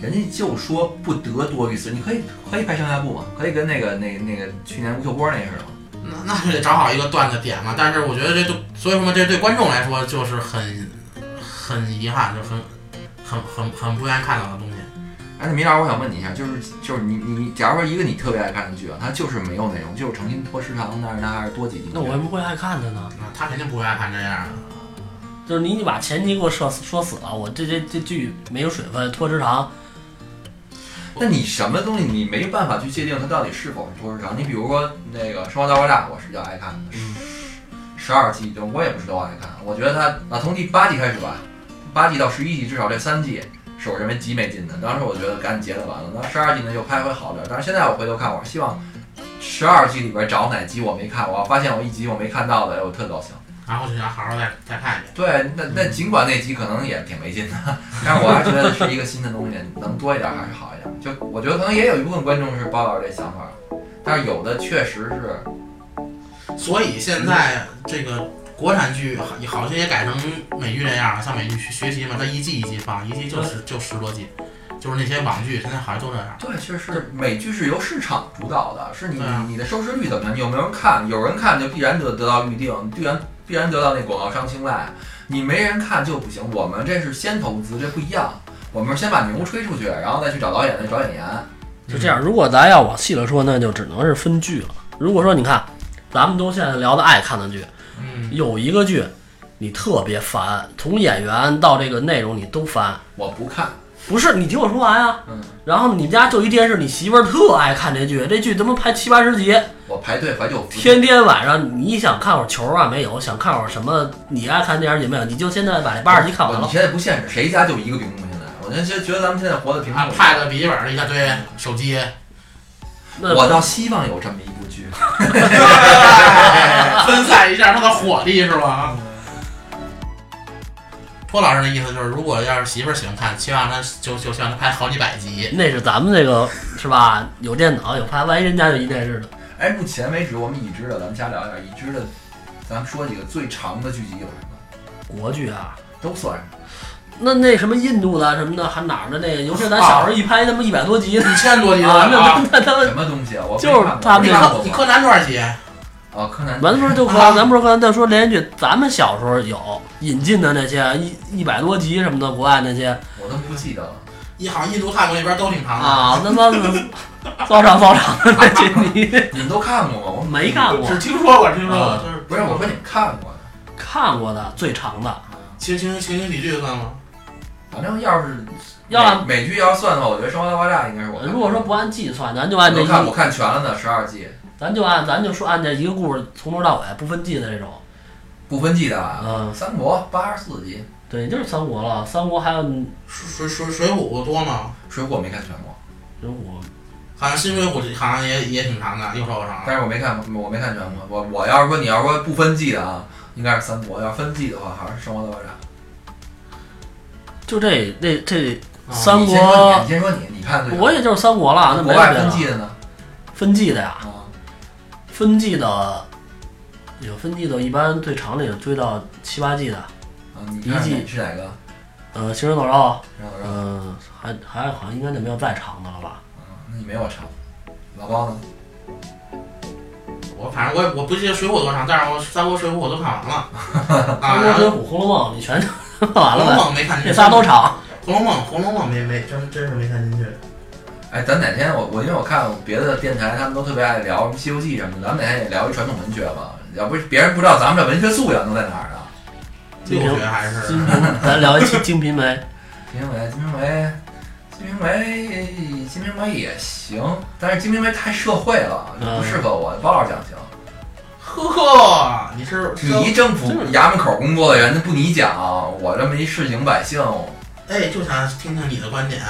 Speaker 1: 人家就说不得多于此，你可以可以拍上下部嘛，可以跟那个那那个去年吴秀波那个似的嘛。
Speaker 3: 那那就得找好一个段子点嘛。但是我觉得这对，所以说嘛，这对观众来说就是很很遗憾，就很很很很不愿意看到的东西。
Speaker 1: 哎，那米老师，我想问你一下，就是就是你你，假如说一个你特别爱看的剧啊，它就是没有内容，就是诚心拖时长，但是它还是多几集。
Speaker 2: 那我为什么会爱看它呢？
Speaker 3: 啊，他肯定不愿意看这样的。
Speaker 2: 就是你你把前期给我说死说死了，我这这这剧没有水分，拖时长，
Speaker 1: 那你什么东西你没办法去界定它到底是否是拖时长？你比如说那个《生活大爆炸》，我是比较爱看的，十二季就我也不是都爱看，我觉得它啊从第八季开始吧，八季到十一季至少这三季是我认为极没劲的。当时我觉得赶紧结了完了，那十二季呢又拍回好点儿，但是现在我回头看，我希望十二季里边找哪集我没看，我要发现我一集我没看到的，我特高兴。
Speaker 3: 然后就想好好再再看一遍。
Speaker 1: 对，那那尽管那集可能也挺没劲的， [laughs] 但是我还觉得是一个新的东西，能多一点还是好一点。就我觉得可能也有一部分观众是包老师这想法，但是有的确实是，
Speaker 3: 所以现在这个国产剧好好些也改成美剧这样了，向美剧学学习嘛，它一季一季放，一季就十就十多季，就是那些网剧现在好像都这样。
Speaker 1: 对，确实嗯美剧是由市场主导的，是你
Speaker 3: 对啊
Speaker 1: 你的收视率怎么样，你有没有人看，有人看就必然得得到预定，必然必然得到那广告商青睐，你没人看就不行。我们这是先投资，这不一样，我们是先把牛吹出去，然后再去找导演，再找演员。
Speaker 2: 就这样。如果咱要往细了说，那就只能是分剧了。如果说你看，咱们都现在聊的爱看的剧，
Speaker 3: 嗯，
Speaker 2: 有一个剧你特别烦，从演员到这个内容你都烦。
Speaker 1: 我不看，
Speaker 2: 不是你听我说完啊，
Speaker 1: 嗯，
Speaker 2: 然后你们家就一电视，你媳妇儿特爱看这剧，这剧他妈拍七八十集，
Speaker 1: 我排队怀旧服。
Speaker 2: 天天晚上你想看会儿球啊没有，想看会儿什么你爱看电视剧没有，你就现在把这八十集看完
Speaker 1: 我
Speaker 2: 了
Speaker 1: 你。现在不现实，谁家
Speaker 3: 啊
Speaker 1: 就一个屏幕？现在，我现在觉得咱们现在活的屏幕
Speaker 3: [laughs] 啊，，pad、笔记本一大堆，手机，
Speaker 2: 那
Speaker 1: 我倒希望有这么一部剧。
Speaker 3: 分散一下他的火力是吧？嗯托老师的意思就是，如果要是媳妇儿喜欢看，希望他就就希望他拍好几百集。
Speaker 2: 那是咱们这个是吧？有电脑有拍，万一人家有一电视呢？
Speaker 1: 哎，目前为止我们已知的，咱们瞎聊一下已知的，咱们说几个最长的剧集有什么？
Speaker 2: 国剧啊，
Speaker 1: 都算上。
Speaker 2: 那那什么印度的什么的，还哪儿的那个？尤其咱小时候一拍他妈一百多集呢，
Speaker 3: 一千
Speaker 2: [laughs]
Speaker 3: 多集
Speaker 2: 啊，那
Speaker 3: 啊！
Speaker 2: 那那他们
Speaker 1: 什么东西啊？我没
Speaker 2: 就是
Speaker 1: 看过
Speaker 2: 他们
Speaker 1: 没
Speaker 2: 那
Speaker 1: 看
Speaker 2: 个
Speaker 1: 过
Speaker 3: 你
Speaker 1: 吗
Speaker 3: 柯南多少集？
Speaker 1: 啊，柯南。
Speaker 2: 咱不是就柯
Speaker 3: 啊
Speaker 2: 南，咱不是柯南，就说连续剧，咱们小时候有引进的那些一一百多集什么的，国外那些
Speaker 1: 我都不记得了。
Speaker 3: 一好像印度、泰国那边都挺长的，
Speaker 2: 啊，那妈的糟场糟场的那
Speaker 3: [laughs]
Speaker 2: 些集
Speaker 1: 你们都看过吗？我
Speaker 2: 没看过
Speaker 3: 只听说过，听说过。
Speaker 2: 啊
Speaker 3: 就是
Speaker 1: 不是，我说你们看过的。
Speaker 2: 看过的最长的，
Speaker 3: 情情情景喜剧算吗？
Speaker 1: 反正要是
Speaker 2: 要按
Speaker 1: 美美剧要算的话，我觉得《生活大爆炸》应该是我看过。
Speaker 2: 如果说啊不按季算，咱就按这
Speaker 1: 我看我
Speaker 2: 一，
Speaker 1: 看全了呢，十二季
Speaker 2: 咱就按咱就说按这一个故事从头到尾不分季的这种，
Speaker 1: 不分季的啊。
Speaker 2: 嗯，
Speaker 1: 三国八十四集，
Speaker 2: 对，就是三国了，三国还有
Speaker 3: 水水水水浒多吗？
Speaker 1: 水浒没看全过，
Speaker 2: 有我
Speaker 3: 好像新水浒好像也也挺长的，又长又长。
Speaker 1: 但是我没看，我没看全过。我我要是说你要说不分季的啊，应该是三国；要分季的话，还是《生活大爆炸》。
Speaker 2: 就这这这
Speaker 3: 啊
Speaker 2: 三
Speaker 1: 你先说你，
Speaker 2: 国，
Speaker 1: 你先说你，你看最
Speaker 2: 我也就是三 [laughs] 国了，啊那没
Speaker 1: 国
Speaker 2: 有
Speaker 1: 外
Speaker 2: 别
Speaker 1: 分
Speaker 2: 的
Speaker 1: 季的呢
Speaker 2: 分季的呀，
Speaker 1: 啊，
Speaker 2: 分季的有分季的，一般最长的也追到七八季的，
Speaker 1: 啊，你
Speaker 2: 一
Speaker 1: 看
Speaker 2: 季
Speaker 1: 是哪个？
Speaker 2: 呃，行尸走肉，
Speaker 1: 然后然后，
Speaker 2: 嗯、还还好像应该就没有再长的了吧？
Speaker 1: 啊那你没我长。老包呢？
Speaker 3: 我反正我也我不记得水浒多长，但是我三国水浒我都看完了。啊，
Speaker 2: 三
Speaker 3: 然
Speaker 2: 国、水
Speaker 3: 后
Speaker 2: 浒、红楼梦，你全就 [laughs] 完了
Speaker 3: 红楼
Speaker 2: 呗？
Speaker 3: 梦没看进
Speaker 2: 这
Speaker 3: 去，
Speaker 2: 仨都长，
Speaker 3: 红楼梦红楼梦没没真真是没看进去。
Speaker 1: 哎，咱哪天我我因为我看别的电台，他们都特别爱聊什么《西游记》什么的，咱们哪天也聊一传统文学吧，要不别人不知道咱们这文学素养都在哪儿呢？
Speaker 3: 六学还是
Speaker 2: 金瓶，咱聊一期金瓶梅，
Speaker 1: 金瓶梅，金瓶梅，金瓶梅，金瓶梅也行，但是金瓶梅太社会了，就不适合我。包老师讲行，
Speaker 3: 呵呵，你是
Speaker 1: 你一政府衙门口工作的人，那不你讲，我这么一市井百姓，
Speaker 3: 哎，就想听听你的观点。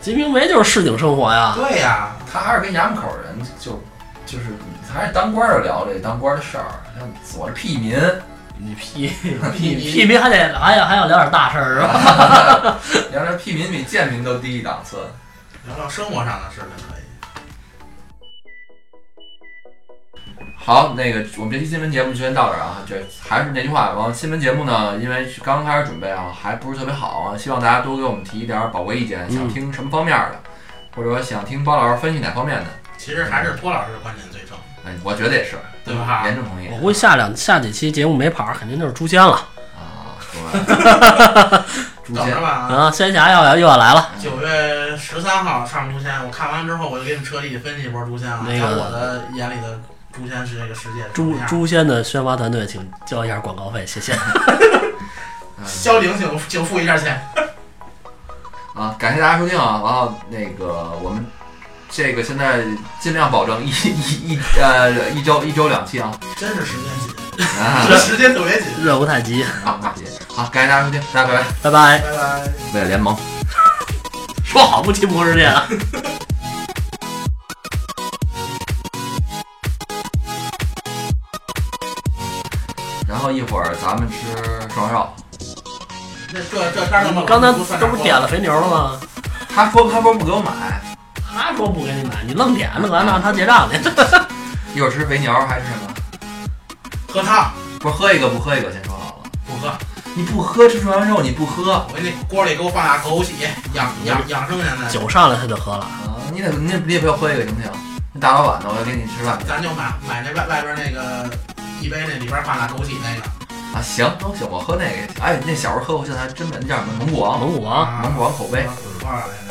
Speaker 2: 金瓶梅就是市井生活
Speaker 3: [laughs]
Speaker 2: 呀。
Speaker 3: 对呀，
Speaker 1: 他还是跟衙门口人就就是还是当官儿的聊这当官儿的事儿，像我这屁民，
Speaker 2: 你
Speaker 1: [sniffs]
Speaker 2: 屁
Speaker 1: 屁
Speaker 3: 你
Speaker 2: 屁民还得还要还要聊点大事儿是吧？
Speaker 1: 原来屁民比贱民都低一档次。
Speaker 3: 聊聊生活上的事情可以。
Speaker 1: 好，那个我们这期新闻节目就先到这儿啊。这还是那句话，往新闻节目呢，因为是刚开始准备啊，还不是特别好啊，希望大家多给我们提一点儿宝贵意见，
Speaker 2: 嗯
Speaker 1: 想听什么方面的，或者说想听包老师分析哪方面的，
Speaker 3: 其实还是托老师的观点最正，
Speaker 1: 哎，我觉得也是，
Speaker 3: 对吧？
Speaker 2: 嗯
Speaker 1: 严重同意
Speaker 2: 我估计下两下几期节目没跑儿，肯定就是诛仙了
Speaker 1: 啊。对， [laughs] 诛
Speaker 3: 等
Speaker 1: 仙
Speaker 3: 着，吧。
Speaker 2: 啊！仙侠要要又要来了，
Speaker 3: 九月十三号上诛仙，我看完之后我就给你们彻底分析一波诛仙啊，
Speaker 2: 那个
Speaker 3: 在我的眼里的诛仙是这个世界什么
Speaker 2: 诛
Speaker 3: 样
Speaker 2: 诛仙的宣发团队，请交一下广告费，谢
Speaker 3: [laughs]
Speaker 2: 谢。
Speaker 1: 嗯
Speaker 3: 萧鼎请请付一下钱，
Speaker 1: 啊，感谢大家收听啊。然后那个我们这个现在尽量保证一一一呃一周一周两期 [laughs] 啊。
Speaker 3: 真是时间紧，
Speaker 1: 啊
Speaker 3: 这时间特别紧。
Speaker 2: 热不太及，
Speaker 1: 好，好，感谢大家收听，大家拜拜。
Speaker 2: 拜拜。
Speaker 3: 拜拜。
Speaker 1: 为了联盟。
Speaker 2: 说好不提魔兽世界啊。
Speaker 1: 然后一会儿咱们吃涮肉。
Speaker 3: 那这这片儿 [laughs] 那么
Speaker 2: 刚才
Speaker 3: 不算
Speaker 2: 这不是点了肥牛了吗？
Speaker 1: 他说他说不给我买，
Speaker 2: 他说不给你哎买，你愣点了，完了让他结账去。
Speaker 1: 一会儿吃肥牛还是什么？
Speaker 3: 喝汤
Speaker 1: 不是喝一个不喝一个，先说好了。
Speaker 3: 不喝，
Speaker 1: 你不喝吃涮羊肉，你不喝啊？
Speaker 3: 我给你锅里给我放俩枸杞养养养生现在，
Speaker 2: 酒上来他就喝了，
Speaker 1: 你得你你也陪我喝一个行不行？你大老板的，我要请你吃饭去
Speaker 3: 咱就买买那外外边那个一杯那里边放俩枸杞那个
Speaker 1: 啊！行都行，我喝那个也行。哎，那小时候喝过，现在还真没那叫什么蒙古王，
Speaker 2: 啊蒙古王。
Speaker 1: 蒙古王口碑。
Speaker 3: 啊多少来着？